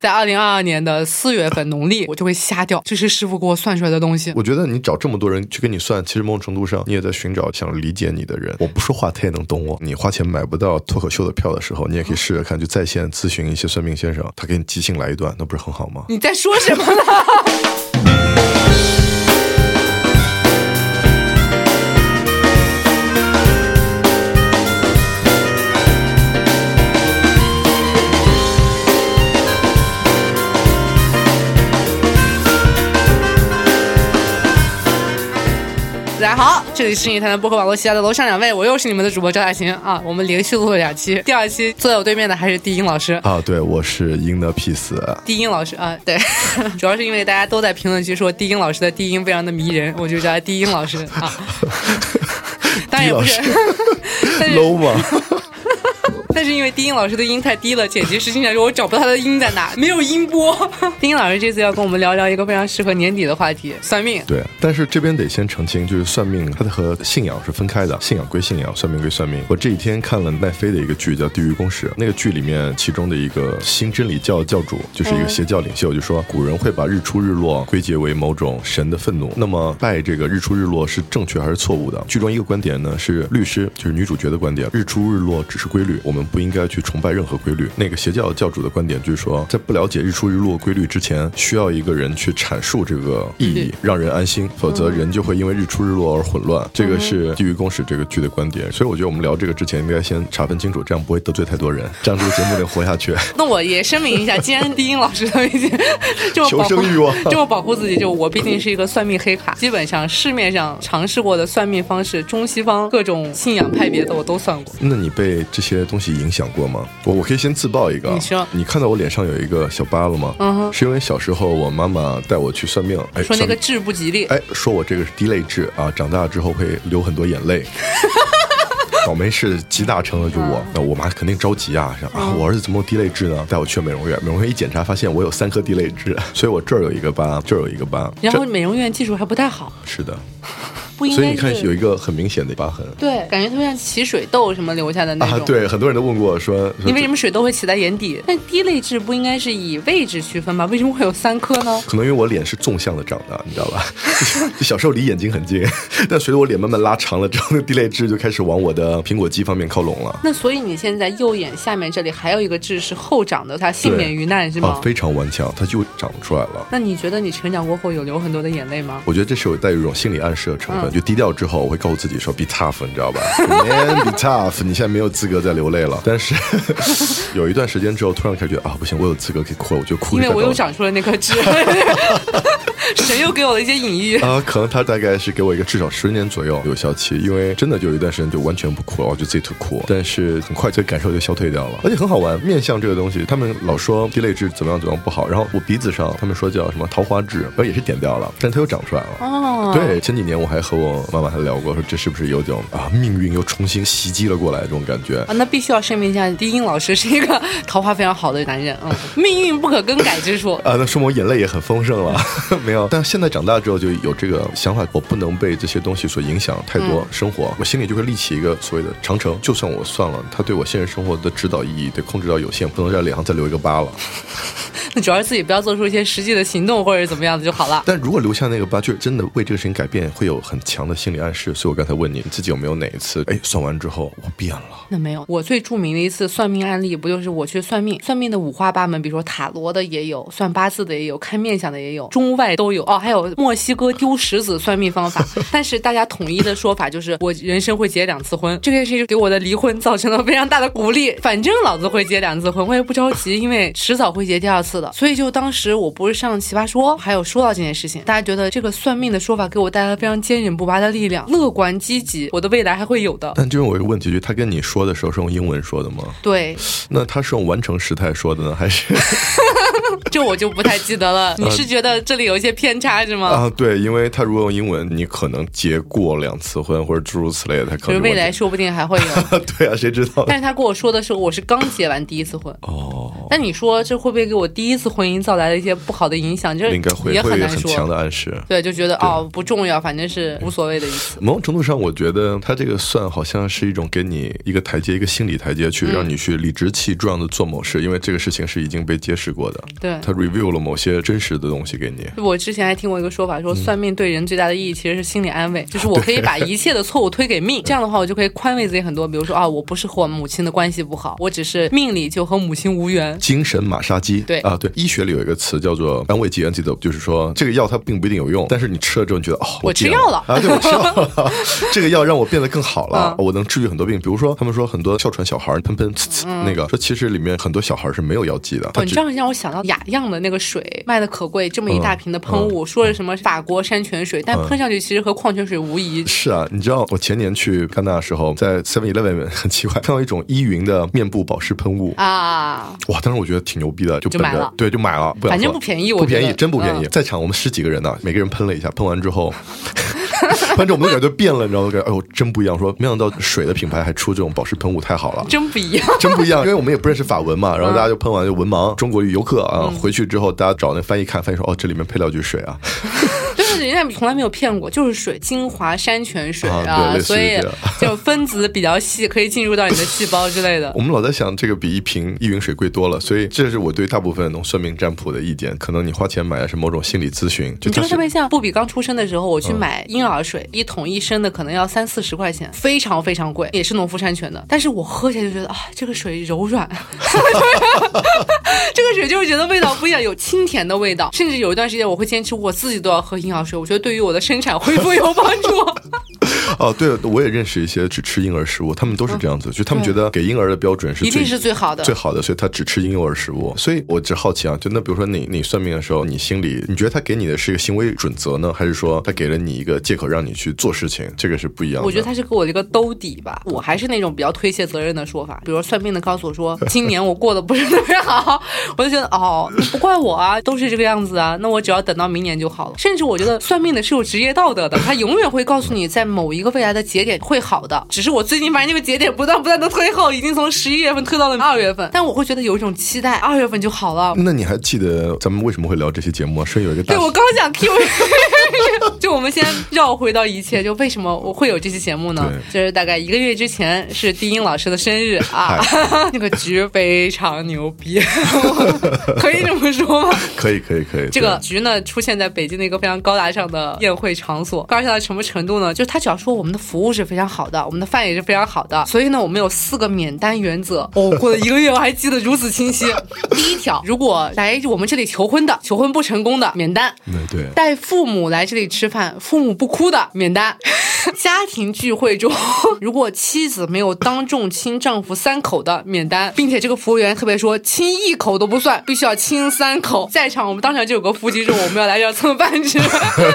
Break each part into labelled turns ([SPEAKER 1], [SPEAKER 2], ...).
[SPEAKER 1] 在二零二二年的四月份农历，我就会瞎掉，这是师傅给我算出来的东西。
[SPEAKER 2] 我觉得你找这么多人去跟你算，其实某种程度上你也在寻找想理解你的人。我不说话，他也能懂我。你花钱买不到脱口秀的票的时候，你也可以试着看，就在线咨询一些算命先生，他给你即兴来一段，那不是很好吗？
[SPEAKER 1] 你在说什么呢？大家好，这里是你台的播客网络旗下的楼上两位，我又是你们的主播赵大琴啊。我们连续录了两期，第二期坐在我对面的还是地英老师。
[SPEAKER 2] 啊，对，我是 Inner Peace，
[SPEAKER 1] 地音老师啊， 对，主要是因为大家都在评论区说地音老师的地音非常的迷人，我就叫他地音老师 啊。当然也不是，但是
[SPEAKER 2] low 吗？
[SPEAKER 1] 但是因为低音老师的音太低了，剪辑师心想说我找不到他的音在哪， 没有音波。低音老师这次要跟我们聊聊一个非常适合年底的话题——算 命。
[SPEAKER 2] 对，但是这边得先澄清，就是算命它和信仰是分开的，信仰归信仰，算命归算命。我这几天看了奈飞的一个剧叫《地狱公使》，那个剧里面其中的一个新真理教教主，就是一个邪教领袖，就说古人会把日出日落归结为某种神的愤怒。那么拜这个日出日落是正确还是错误的？剧中一个观点呢是律师，就是女主角的观点，日出日落只是规律，我们不应该去崇拜任何规律。那个邪教教主的观点就是说，在不了解日出日落规律之前，需要一个人去阐述这个意义，让人安心，否则人就会因为日出日落而混乱。这
[SPEAKER 1] 嗯
[SPEAKER 2] 个是《地狱公使》这个剧的观点，所以我觉得我们聊这个之前应该先查分清楚，这样不会得罪太多人，这样这个节目能活下去。
[SPEAKER 1] 那我也声明一 下，既然低音老师都已经 这么保
[SPEAKER 2] 求
[SPEAKER 1] 护
[SPEAKER 2] 生欲望
[SPEAKER 1] 这么保护自己，就我毕竟是一个算命黑卡，基本上市面上尝试过的算命方式，中西方各种信仰派别的我都算过。
[SPEAKER 2] 那你被这些东西影响过吗？我我可以先自曝一个啊，
[SPEAKER 1] 你说
[SPEAKER 2] 你看到我脸上有一个小疤了吗？
[SPEAKER 1] 嗯哼
[SPEAKER 2] 是因为小时候我妈妈带我去算命，哎，
[SPEAKER 1] 说那
[SPEAKER 2] 算
[SPEAKER 1] 个
[SPEAKER 2] 命
[SPEAKER 1] 痣不吉利，
[SPEAKER 2] 哎，说我这个是滴泪痣啊，长大之后会流很多眼 泪。倒霉事集大成的就是
[SPEAKER 1] 嗯
[SPEAKER 2] 我，那我妈肯定着急啊，想啊，我儿子怎么有滴泪痣呢？带我去美容院，美容院一检查发现我有三颗滴泪痣， 所以我这儿有一个疤，这儿有一个疤，
[SPEAKER 1] 然后
[SPEAKER 2] 这
[SPEAKER 1] 美容院技术还不太好，
[SPEAKER 2] 是的，
[SPEAKER 1] 不应该
[SPEAKER 2] 所以你看
[SPEAKER 1] 是
[SPEAKER 2] 有一个很明显的疤痕
[SPEAKER 1] 对，感觉特别像起水痘什么留下的那种。
[SPEAKER 2] 啊，对，很多人都问过我说，说
[SPEAKER 1] 你为什么水痘会起在眼底？但滴泪痣不应该是以位置区分吗？为什么会有三颗呢？
[SPEAKER 2] 可能因为我脸是纵向的长的，你知道吧？ 就小时候离眼睛很近， 但随着我脸慢慢拉长了之后，那滴泪痣就开始往我的苹果肌方面靠拢了。
[SPEAKER 1] 那所以你现在右眼下面这里还有一个痣是后长的，它幸免于难是
[SPEAKER 2] 啊
[SPEAKER 1] 吗，？
[SPEAKER 2] 非常顽强，它就长出来了。
[SPEAKER 1] 那你觉得你成长过后有流很多的眼泪吗？
[SPEAKER 2] 我觉得这是有带有一种心理暗示的
[SPEAKER 1] 嗯
[SPEAKER 2] 成分，就低调之后，我会告诉自己说 “be tough”，你知道 吧？“man be tough”，你现在没有资格再流泪了。但 是有一段时间之后，突然开始觉得啊，不行，我有资格可以哭了，我就哭
[SPEAKER 1] 因
[SPEAKER 2] 一
[SPEAKER 1] 为
[SPEAKER 2] 下。
[SPEAKER 1] 我又长出了那颗痣，神又给我了一些隐喻。
[SPEAKER 2] 啊，可能他大概是给我一个至少十年左右有效期，因为真的就有一段时间就完全不哭了，我就自己特哭，但是很快这个感受就消退掉了，而且很好玩。面相这个东西，他们老说滴泪痣怎么样怎么样不好，然后我鼻子上他们说叫什么桃花痣，然后也是点掉了，但它又长出来了。
[SPEAKER 1] 哦，
[SPEAKER 2] 对，前几年我还和我妈妈还聊过，说这是不是有种啊命运又重新袭击了过来这种感觉？
[SPEAKER 1] 啊，那必须要声明一下，低音老师是一个 桃花非常好的男人，嗯，命运不可更改之 处。
[SPEAKER 2] 啊，那说明我眼泪也很丰盛了， 没有。但现在长大之后就有这个想法，我不能被这些东西所影响太多生活，我心里就会立起一个所谓的长城。就算我算了，它对我现实生活的指导意义得控制到有限，不能在脸上再留一个疤了。
[SPEAKER 1] 那主要是自己不要做出一些实际的行动或者是怎么样的就好了。
[SPEAKER 2] 但如果留下那个疤，就真的为这个事情改变，会有很强的心理暗示。所以我刚才问你，你自己有没有哪一次，哎，算完之后我变了？
[SPEAKER 1] 那没有，我最著名的一次算命案例，不就是我去算命？算命的五花八门，比如说塔罗的也有，算八字的也有，看面相的也有，中外都有哦，还有墨西哥丢石子算命方法。 但是大家统一的说法就是，我人生会结两次婚，这件事情给我的离婚造成了非常大的鼓励。反正老子会结两次婚，我也不着急，因为迟早会结第二次的。所以就当时我不是上奇葩说，还有说到这件事情，大家觉得这个算命的说法给我带来非常坚韧不拔的力量，乐观积极，我的未来还会有的。
[SPEAKER 2] 但这边我有个问题，就是他跟你说的时候是用英文说的吗？
[SPEAKER 1] 对，
[SPEAKER 2] 那他是用完成时态说的呢，还是？
[SPEAKER 1] 这我就不太记得
[SPEAKER 2] 呃
[SPEAKER 1] 了。你是觉得这里有一些偏差是吗？
[SPEAKER 2] 啊，对，因为他如果用英文，你可能结过两次婚或者诸如此类的，他可
[SPEAKER 1] 就是
[SPEAKER 2] 能
[SPEAKER 1] 未来说不定还会有。
[SPEAKER 2] 问题。对啊，谁知道？
[SPEAKER 1] 但是他跟我说的是，我是刚结完第一次婚。
[SPEAKER 2] 哦，
[SPEAKER 1] 那你说这会不会给我第一一次婚姻造来的一些不好的影响，就是
[SPEAKER 2] 应该会
[SPEAKER 1] 也
[SPEAKER 2] 会
[SPEAKER 1] 很
[SPEAKER 2] 有
[SPEAKER 1] 难
[SPEAKER 2] 很强
[SPEAKER 1] 说。
[SPEAKER 2] 的暗示。
[SPEAKER 1] 对，就觉得哦不重要，反正是无所谓的一次。
[SPEAKER 2] 某种程度上，我觉得他这个算好像是一种给你一个台阶，一个心理台阶，
[SPEAKER 1] 嗯
[SPEAKER 2] 去让你去理直气壮的做某事，因为这个事情是已经被揭示过的。
[SPEAKER 1] 对，
[SPEAKER 2] 他 review 了某些真实的东西给你，
[SPEAKER 1] 我之前还听过一个说法，
[SPEAKER 2] 嗯
[SPEAKER 1] 说算命对人最大的意义其实是心理安慰， 就是我可以把一切的错误推给命，这样的话我就可以宽慰自己很多。比如说啊，我不是和我母亲的关系不好，我只是命里就和母亲无缘。
[SPEAKER 2] 精神马杀鸡。
[SPEAKER 1] 对
[SPEAKER 2] 啊，对，医学里有一个词叫做安慰剂 （antidote），就是说这个药它并不一定有用，但是你吃了之后，你觉得哦，
[SPEAKER 1] 我吃
[SPEAKER 2] 变
[SPEAKER 1] 药了嗯
[SPEAKER 2] 啊，对，我吃 药了， 这个药让我变得更好了，我能治愈很多病。比如说，他们说很多哮喘小孩喷喷呲呲那个，说其实里面很多小孩是没有药剂的，他
[SPEAKER 1] 嗯哦，你
[SPEAKER 2] 只
[SPEAKER 1] 这样让我想到雅漾的那个水卖的可贵，这么一
[SPEAKER 2] 嗯
[SPEAKER 1] 大瓶的喷雾，说是什么法国山泉水，但喷上去其实和矿泉水无异。
[SPEAKER 2] 是啊，你知道我前年去戛纳的时候，在 Seven Eleven 很奇怪看到一种依云的面部保湿喷雾。
[SPEAKER 1] 啊，
[SPEAKER 2] 哇，当时我觉得挺牛逼的，就
[SPEAKER 1] 就
[SPEAKER 2] 本
[SPEAKER 1] 买
[SPEAKER 2] 着
[SPEAKER 1] 了
[SPEAKER 2] 对，就买了，不想
[SPEAKER 1] 反正
[SPEAKER 2] 喝
[SPEAKER 1] 不便宜我
[SPEAKER 2] 不
[SPEAKER 1] 觉
[SPEAKER 2] 便宜，
[SPEAKER 1] 得嗯
[SPEAKER 2] 真不便宜。在场我们十几个人呢、每个人喷了一下，喷完之后，喷着我们都感觉变了，你知道吗？感觉哎呦，真不一样。说没想到水的品牌还出这种保湿喷雾，太好了。
[SPEAKER 1] 真不一 样。
[SPEAKER 2] 真不一样，因为我们也不认识法文嘛，然后大家就喷完就文盲，中国游客啊，
[SPEAKER 1] 嗯
[SPEAKER 2] 回去之后大家找那翻译看，翻译说哦，这里面配料就是水啊，
[SPEAKER 1] 就是人家从来没有骗过，就是水，精华山泉水
[SPEAKER 2] 啊
[SPEAKER 1] 啊，
[SPEAKER 2] 对类似
[SPEAKER 1] 所
[SPEAKER 2] 于
[SPEAKER 1] 以
[SPEAKER 2] 这样
[SPEAKER 1] 就分子比较细，可以进入到你的细胞之类的
[SPEAKER 2] 我。们老在想，这个比一瓶一云水贵多了，所以这是我对大部分那种算命占卜的意见。可能你花钱买的是某种心理咨询，就
[SPEAKER 1] 你这
[SPEAKER 2] 它
[SPEAKER 1] 个
[SPEAKER 2] 是
[SPEAKER 1] 特别像布比刚出生的时候，我去买婴儿水，一桶一升的可能要三四十块钱，非常非常贵，也是农夫山泉的。但是我喝起来就觉得啊，这个水柔软， 这个水就是觉得味道不一样，有清甜的味道。甚至有一段时间，我会坚持我自己都要喝婴儿水，我觉得对于我的生产恢复有帮助。
[SPEAKER 2] 哦，对，我也认识一些只吃婴儿食物，他们都是这样子，就他们觉得给婴儿的标准是
[SPEAKER 1] 嗯一
[SPEAKER 2] 最
[SPEAKER 1] 定是最好的
[SPEAKER 2] 最好的，所以他只吃婴幼儿食物。所以我只好奇啊，就那比如说你你算命的时候，你心里你觉得他给你的是一个行为准则呢，还是说他给了你一个借口让你去做事情？这个是不一样的。
[SPEAKER 1] 我觉得他是给我的一个兜底 吧，我还是那种比较推卸责任的说法，比如算命的告诉我说 今年我过得不是特别好， 我就觉得哦不怪我啊，都是这个样子啊，那我只要等到明年就好了。甚至我觉得算命的是有职业道德的，他永远会告诉你在某一个未来的节点会好的，只是我最近发现这个节点不断不断的推后，已经从十一月份推到了二月份，但我会觉得有一种期待，二月份就好了。
[SPEAKER 2] 那你还记得咱们为什么会聊这期节目吗？是因为有一个大
[SPEAKER 1] 对，我刚想 Q，你就我们先绕回到一切，就为什么我会有这期节目呢？就是大概一个月之前是低音老师的生日啊， 那个局非常牛逼， 可以这么说吗？
[SPEAKER 2] 可以可以可以，
[SPEAKER 1] 这个
[SPEAKER 2] 对
[SPEAKER 1] 局呢出现在北京的一个非常高大上的宴会场所，高大上到什么程度呢？就是他只要说我们的服务是非常好的，我们的饭也是非常好的，所以呢，我们有四个免单原则。哦，过了一个月我还记得如此清晰。 第一条，如果来我们这里求婚的，求婚不成功的免单。
[SPEAKER 2] 对对。
[SPEAKER 1] 带父母来这里吃饭，父母不哭的免单。 家庭聚会中， 如果妻子没有当众亲丈夫三口的免单，并且这个服务员特别说亲一口都不算，必须要亲三口。在场我们当场就有个夫妻说我们要来这儿蹭饭吃。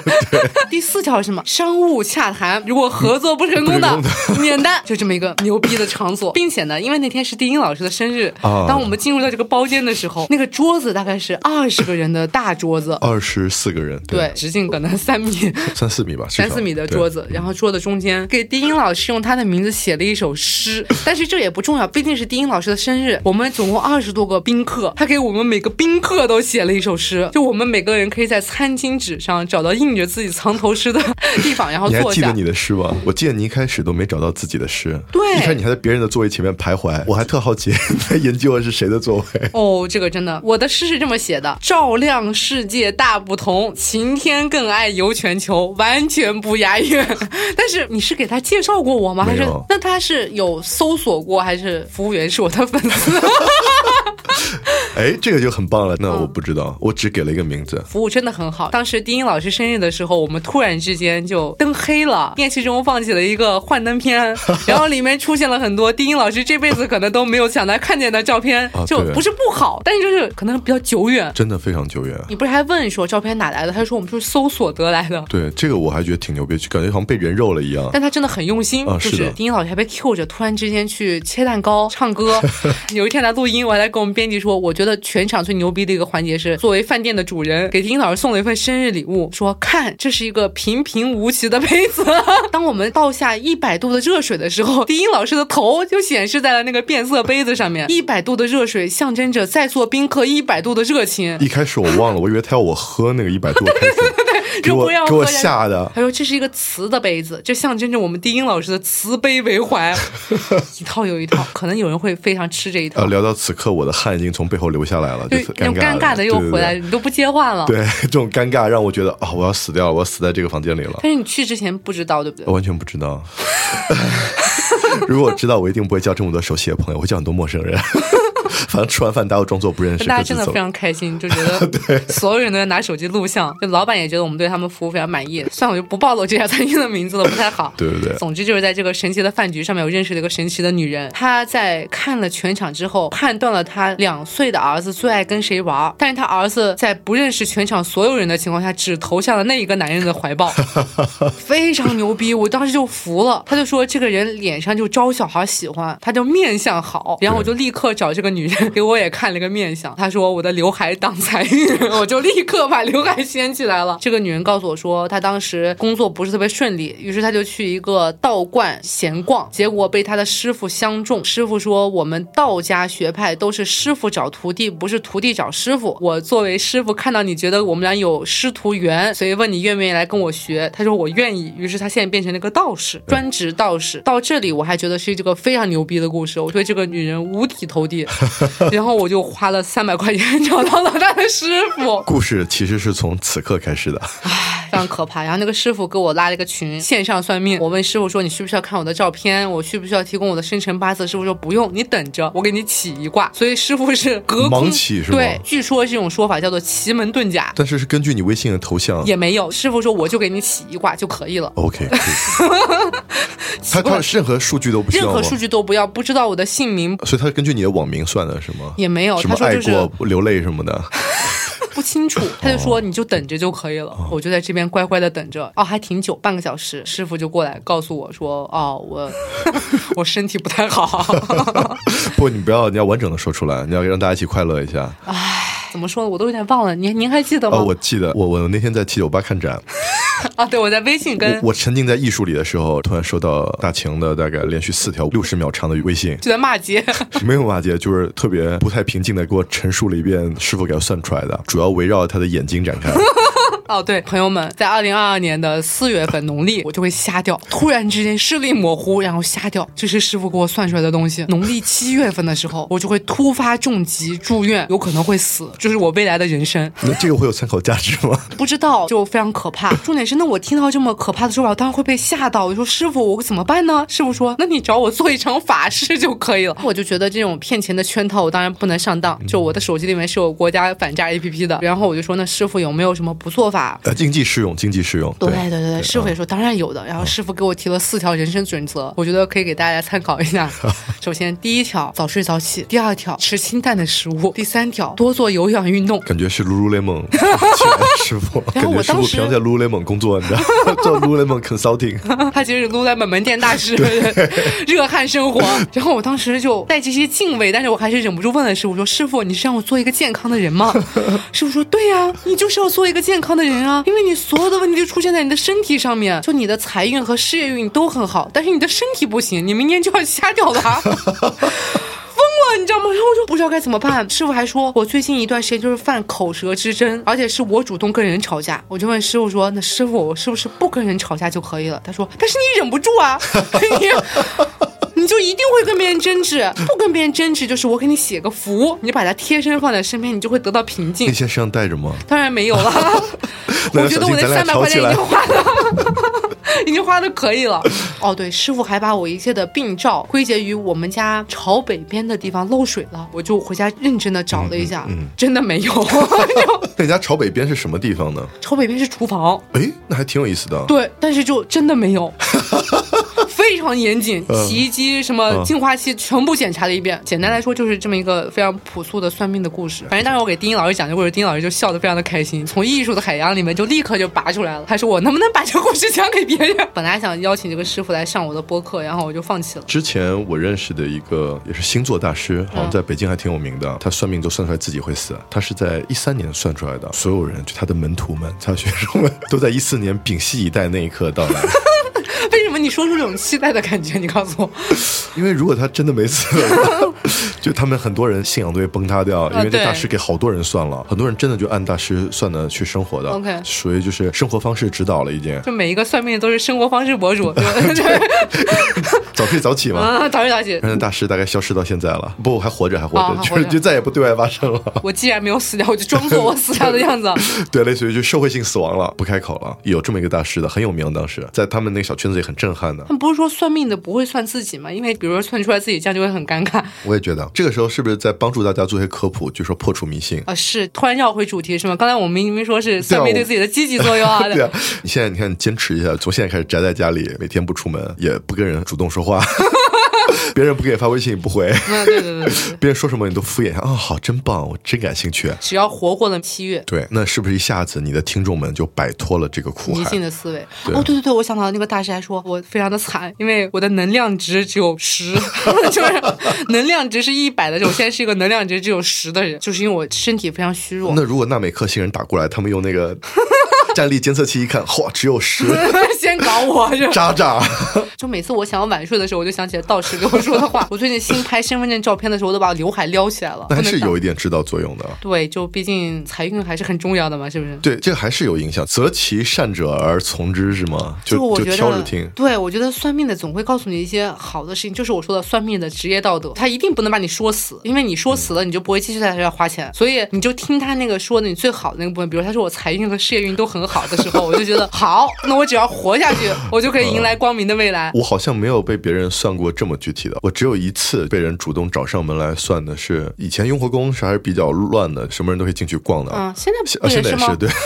[SPEAKER 1] 第四条是什么？商务洽谈，如果合作不成功的
[SPEAKER 2] 不
[SPEAKER 1] 免单，就这么一个牛逼的场所，并且呢，因为那天是丁英老师的生日，
[SPEAKER 2] 啊
[SPEAKER 1] 当我们进入到这个包间的时候，那个桌子大概是二十个人的大桌子，
[SPEAKER 2] 二十四个人，
[SPEAKER 1] 对，，直径可能三米。
[SPEAKER 2] 三四米吧，
[SPEAKER 1] 三四米的桌
[SPEAKER 2] 子。
[SPEAKER 1] 子，然后桌子中间给丁英老师用他的名字写了一首诗，但是这也不重要，毕竟是丁英老师的生日。我们总共二十多个宾客，他给我们每个宾客都写了一首诗，就我们每个人可以在餐巾纸上找到印着自己藏头诗的地方，然后
[SPEAKER 2] 你还
[SPEAKER 1] 哦坐
[SPEAKER 2] 记得
[SPEAKER 1] 下。
[SPEAKER 2] 你的诗吗？我记得你一开始都没找到自己的诗，
[SPEAKER 1] 对
[SPEAKER 2] 一开始你还在别人的座位前面徘徊，我还特好奇 在研究的是谁的座位。
[SPEAKER 1] 哦，这个真的，我的诗是这么写的：照亮世界大不同，晴天更爱游全球，完全不押韵。 但是你是给他介绍过我吗？还
[SPEAKER 2] 没
[SPEAKER 1] 是
[SPEAKER 2] 有
[SPEAKER 1] 那他是有搜索过，还是服务员是我的粉丝？
[SPEAKER 2] 哎，这个就很棒了。那
[SPEAKER 1] 嗯
[SPEAKER 2] 我不知道，我只给了一个名字。
[SPEAKER 1] 服务真的很好。当时丁英老师生日的时候，我们突然之间就灯黑了，电视中放起了一个幻灯片， 然后里面出现了很多丁英老师这辈子可能都没有想来看见的照片
[SPEAKER 2] 啊，
[SPEAKER 1] 就
[SPEAKER 2] 对
[SPEAKER 1] 不是不好，但是就是可能比较久远。
[SPEAKER 2] 真的非常久远。啊
[SPEAKER 1] 你不是还问说照片哪来的？他说我们就是搜索得来的。
[SPEAKER 2] 对，这个我还觉得挺牛逼，就感觉好像被人肉了一样。
[SPEAKER 1] 但他真的很用心，
[SPEAKER 2] 啊
[SPEAKER 1] 就是
[SPEAKER 2] 的
[SPEAKER 1] 是丁英老师还被 Q 着，突然之间去切蛋糕、唱歌。有一天来录音，我还在跟我们编辑说，我觉得得全场最牛逼的一个环节是，作为饭店的主人，给丁丁老师送了一份生日礼物，说看这是一个平平无奇的杯子。 当我们倒下一百度的热水的时候，丁丁老师的头就显示在了那个变色杯子上面。一百度的热水象征着在座宾客一百度的热情。
[SPEAKER 2] 一开始我忘了，我以为他要我喝那个一百度的开水，给
[SPEAKER 1] 就
[SPEAKER 2] 我
[SPEAKER 1] 不要
[SPEAKER 2] 给我
[SPEAKER 1] 喝呀
[SPEAKER 2] 吓的。
[SPEAKER 1] 他说这是一个瓷的杯子，这象征着我们丁丁老师的慈悲为怀，一套又一套。可能有人会非常吃这一套
[SPEAKER 2] 呃，，聊到此刻，我的汗已经从背后流下来了，
[SPEAKER 1] 就
[SPEAKER 2] 就是
[SPEAKER 1] 那种
[SPEAKER 2] 尴
[SPEAKER 1] 尴尬的又
[SPEAKER 2] 对对
[SPEAKER 1] 回来，
[SPEAKER 2] 对
[SPEAKER 1] 你都不接话了。
[SPEAKER 2] 对，这种尴尬让我觉得啊、我要死掉了，我要死在这个房间里了。
[SPEAKER 1] 但是你去之前不知道，对不对
[SPEAKER 2] 我？完全不知道。 如果我知道，我一定不会交这么多熟悉的朋友，我会交很多陌生人。 反正吃完饭，大家都装作不认识，
[SPEAKER 1] 大家
[SPEAKER 2] 各自
[SPEAKER 1] 真的
[SPEAKER 2] 走。
[SPEAKER 1] 非。常开心，就觉得所有人都在拿手机录像，就老板也觉得我们对他们服务非常满意。算了，我就不暴露这家餐厅的名字了，不太好
[SPEAKER 2] 对对对
[SPEAKER 1] 总之就是在这个神奇的饭局上面，我认识了一个神奇的女人。她在看了全场之后，判断了她两岁的儿子最爱跟谁玩儿，但是她儿子在不认识全场所有人的情况下，只投向了那一个男人的怀抱。非常牛逼，我当时就服了。他就说这个人脸上就招小孩喜欢，他就面相好，然后我就立刻找这个女人给我也看了个面相。他说我的刘海挡财运， 我就立刻把刘海掀起来了。这个女人告诉我说，她当时工作不是特别顺利，于是她就去一个道观闲逛，结果被她的师傅相中。师傅说我们道家学派都是师傅找徒弟，不是徒弟找师傅。我作为师傅看到你觉得我们俩有师徒缘，所以问你愿不愿意来跟我学。他说我愿意，于是他现在变成了一个道士，专职道士。到这里我还觉得是这个非常牛逼的故事，我对这个女人五体投地。然后我就花了三百块钱找到了她的师傅，
[SPEAKER 2] 故事其实是从此刻开始的。
[SPEAKER 1] 非常可怕。然后那个师傅给我拉了一个群，线上算命。我问师傅说：“你需不需要看我的照片？我需不需要提供我的生辰八字？”师傅说：“不用，你等着，我给你起一卦。”所以师傅是隔空
[SPEAKER 2] 盲起是吗
[SPEAKER 1] 对，据说这种说法叫做奇门遁甲，
[SPEAKER 2] 但是是根据你微信的头像
[SPEAKER 1] 也没有。师傅说：“我就给你起一卦就可以了。
[SPEAKER 2] ，OK，可以。他他任何数据都不”需要
[SPEAKER 1] 任
[SPEAKER 2] 吗
[SPEAKER 1] 何数据都不要，不知道我的姓名
[SPEAKER 2] 所以他是根据你的网名算的是吗？
[SPEAKER 1] 也没有。
[SPEAKER 2] 什
[SPEAKER 1] 他
[SPEAKER 2] 么
[SPEAKER 1] 说
[SPEAKER 2] 爱哦
[SPEAKER 1] 就是
[SPEAKER 2] 过、流泪什么的，
[SPEAKER 1] 不清楚，他就说你就等着就可以了。
[SPEAKER 2] 哦
[SPEAKER 1] 我就在这边乖乖的等着，哦，还挺久，半个小时。师傅就过来告诉我说，哦，我 我身体不太好，
[SPEAKER 2] 不，你不要，你要完整的说出来，你要让大家一起快乐一下。
[SPEAKER 1] 怎么说的我都有点忘了。您您还记得吗？
[SPEAKER 2] 哦，我记得，我我那天在七九八看展，
[SPEAKER 1] 啊，对，我在微信跟
[SPEAKER 2] 我我沉浸在艺术里的时候，突然收到大晴的大概连续四条六十秒长的 微信，
[SPEAKER 1] 就在骂街，
[SPEAKER 2] 没有马姐就是特别不太平静的给我陈述了一遍师傅给他算出来的，主要围绕他的眼睛 展开。
[SPEAKER 1] 哦，对，朋友们，在二零二二年的四月份农历，我就会瞎掉，突然之间视力模糊，然后瞎掉，这是师傅给我算出来的东西。农历七月份的时候，我就会突发重疾住院，有可能会死，这是我未来的人生。
[SPEAKER 2] 那这个会有参考价值吗？
[SPEAKER 1] 不知道，就非常可怕。重点是，那我听到这么可怕的说法，我当然会被吓到。我说师傅，我怎么办呢？师傅说，那你找我做一场法事就可以了。 我就觉得这种骗钱的圈套，我当然不能上当。就我的手机里面是有国家反诈 APP 的，然后我就说，那师傅有没有什么不做法？
[SPEAKER 2] 呃，经济适用，经济适用。
[SPEAKER 1] 对对对，嗯师傅也说当然有的。然后师傅给我提了四条人生准则，我觉得可以给大家参考一 下。首先，第一条早睡早起；第二条吃清淡的食物；第三条多做有氧运动。
[SPEAKER 2] 感觉是 Lululemon 请师傅，
[SPEAKER 1] 然
[SPEAKER 2] 感
[SPEAKER 1] 后
[SPEAKER 2] 觉
[SPEAKER 1] 我
[SPEAKER 2] 师
[SPEAKER 1] 当
[SPEAKER 2] 傅
[SPEAKER 1] 时
[SPEAKER 2] 平常在 Lululemon 工作，你知道，做 Lululemon consulting。
[SPEAKER 1] 他其实是 lululemon 门店大师， 热汗生活。然后我当时就带着一些敬畏，但是我还是忍不住问了师傅说：“师傅，你是让我做一个健康的人吗？”师傅说：“对呀、你就是要做一个健康的人啊，因为你所有的问题就出现在你的身体上面，就你的财运和事业运都很好，但是你的身体不行，你明年就要瞎掉了啊。”疯了，你知道吗？然后我就不知道该怎么办。师傅还说，我最近一段时间就是犯口舌之争，而且是我主动跟人吵架。我就问师傅说：“那师傅，我是不是不跟人吵架就可以了？”他说：“但是你忍不住啊， 你你就一定会跟别人争执，不跟别人争执就是我给你写个符，你把它贴身放在身边，你就会得到平静
[SPEAKER 2] 那。”些身上带着吗？
[SPEAKER 1] 当然没有 了，我
[SPEAKER 2] 那要
[SPEAKER 1] 觉
[SPEAKER 2] 小
[SPEAKER 1] 得我
[SPEAKER 2] 心
[SPEAKER 1] 那
[SPEAKER 2] 咱俩
[SPEAKER 1] 三百
[SPEAKER 2] 吵
[SPEAKER 1] 块
[SPEAKER 2] 起
[SPEAKER 1] 钱已
[SPEAKER 2] 来
[SPEAKER 1] 经。花的， 已经花的可以了。哦，对，师傅还把我一切的病灶归结于我们家朝北边的地方漏水了，我就回家认真的找了一下，
[SPEAKER 2] 嗯
[SPEAKER 1] 真的没 有。 就
[SPEAKER 2] 那你家朝北边是什么地方呢？
[SPEAKER 1] 朝北边是厨房，
[SPEAKER 2] 哎，那还挺有意思的。
[SPEAKER 1] 对，但是就真的没有，非非常严谨，
[SPEAKER 2] 嗯
[SPEAKER 1] 洗衣机什么
[SPEAKER 2] 嗯
[SPEAKER 1] 净化器全部检查了一遍。简单来说，就是这么一个非常朴素的算命的故事。反正当时我给丁一老师讲这个故事，丁一老师就笑得非常的开心，从艺术的海洋里面就立刻就拔出来了。他说我能不能把这个故事讲给别人？本来想邀请这个师傅来上我的播客，然后我就放弃了。
[SPEAKER 2] 之前我认识的一个也是星座大师，
[SPEAKER 1] 嗯
[SPEAKER 2] 好像在北京还挺有名的。他算命都算出来自己会死，他是在一三年算出来的。所有人，就他的门徒们、他的学生们， 都在一四年屏息以待那一刻到 来。
[SPEAKER 1] 为什么你说出这种期待的感觉？你告诉我，
[SPEAKER 2] 因为如果他真的没死的话， 就他们很多人信仰都会崩塌掉，因为
[SPEAKER 1] 啊
[SPEAKER 2] 这
[SPEAKER 1] 对
[SPEAKER 2] 大师给好多人算了，很多人真的就按大师算的去生活的。
[SPEAKER 1] OK
[SPEAKER 2] 所以就是生活方式指导了已经，
[SPEAKER 1] 就每一个算命的都是生活方式博主，对 吧就是
[SPEAKER 2] 早睡早起嘛。
[SPEAKER 1] 啊，导师导姐，
[SPEAKER 2] 但是大师大概消失到现在了，不，还活着，还活
[SPEAKER 1] 哦
[SPEAKER 2] 着，
[SPEAKER 1] 还
[SPEAKER 2] 就
[SPEAKER 1] 活
[SPEAKER 2] 是
[SPEAKER 1] 着
[SPEAKER 2] 就再也不对外发声了。
[SPEAKER 1] 我既然没有死掉，我就装作我死掉的样子。啊
[SPEAKER 2] 对，类似于就社会性死亡了，不开口了。有这么一个大师的，很有名，当时在他们那个小圈子也很震撼的
[SPEAKER 1] 他。们不是说算命的不会算自己吗？因为比如说算出来自己这样就会很尴尬
[SPEAKER 2] 我也觉得这个时候是不是在帮助大家做一些科普，就说破除迷信？
[SPEAKER 1] 啊。是，突然绕回主题是吗？刚才我们明明说是算命
[SPEAKER 2] 对
[SPEAKER 1] 对
[SPEAKER 2] 啊
[SPEAKER 1] 自己的积极作用啊。
[SPEAKER 2] 对啊，你现在你看，坚持一下，从现在开始宅在家里，每天不出门，也不跟人主动说话， 别人不给你发微信你不回，
[SPEAKER 1] 嗯对对对对对，
[SPEAKER 2] 别人说什么你都敷衍一下啊、好，真棒，我真感兴趣。
[SPEAKER 1] 只要活过了七月。
[SPEAKER 2] 对，那是不是一下子你的听众们就摆脱了这个苦
[SPEAKER 1] 迷信
[SPEAKER 2] 海？
[SPEAKER 1] 的思维
[SPEAKER 2] 啊对啊
[SPEAKER 1] 哦，对对对，我想到那个大师还说，我非常的惨，因为我的能量值只有十， 就是能量值是一百的，我现在是一个能量值只有十的人，就是因为我身体非常虚弱，
[SPEAKER 2] 那如果纳美克星人打过来，他们用那个战力监测器一看，嚯，只有十
[SPEAKER 1] 先搞我是吧
[SPEAKER 2] 渣渣。
[SPEAKER 1] 就每次我想要晚睡的时候，我就想起来道士给我说的话。我最近新拍身份证照片的时候，我都把刘海撩起来了。
[SPEAKER 2] 那还
[SPEAKER 1] 不能
[SPEAKER 2] 是
[SPEAKER 1] 挡
[SPEAKER 2] 有一点指导作用的。啊
[SPEAKER 1] 对，就毕竟财运还是很重要的嘛，是不是？
[SPEAKER 2] 对，这个还是有影响。择其善者而从之是吗？就
[SPEAKER 1] 我
[SPEAKER 2] 就
[SPEAKER 1] 觉
[SPEAKER 2] 挑着
[SPEAKER 1] 得
[SPEAKER 2] 听，。
[SPEAKER 1] 对我觉得算命的总会告诉你一些好的事情，就是我说的算命的职业道德，他一定不能把你说死，因为你说死了，你就不会继续在他这儿花钱，所以你就听他那个说的你最好的那个部分，比如他说我财运和事业运都很好的时候，我就觉得 好，那我只要活下去，我就可以迎来光明的未来。
[SPEAKER 2] 我好像没有被别人算过这么具体的，我只有一次被人主动找上门来算的是，以前雍和宫是还是比较乱的，什么人都可以进去逛的。
[SPEAKER 1] 嗯，现在
[SPEAKER 2] 现
[SPEAKER 1] 不
[SPEAKER 2] 啊，
[SPEAKER 1] 也
[SPEAKER 2] 现在
[SPEAKER 1] 是
[SPEAKER 2] 也
[SPEAKER 1] 吗？
[SPEAKER 2] 是对。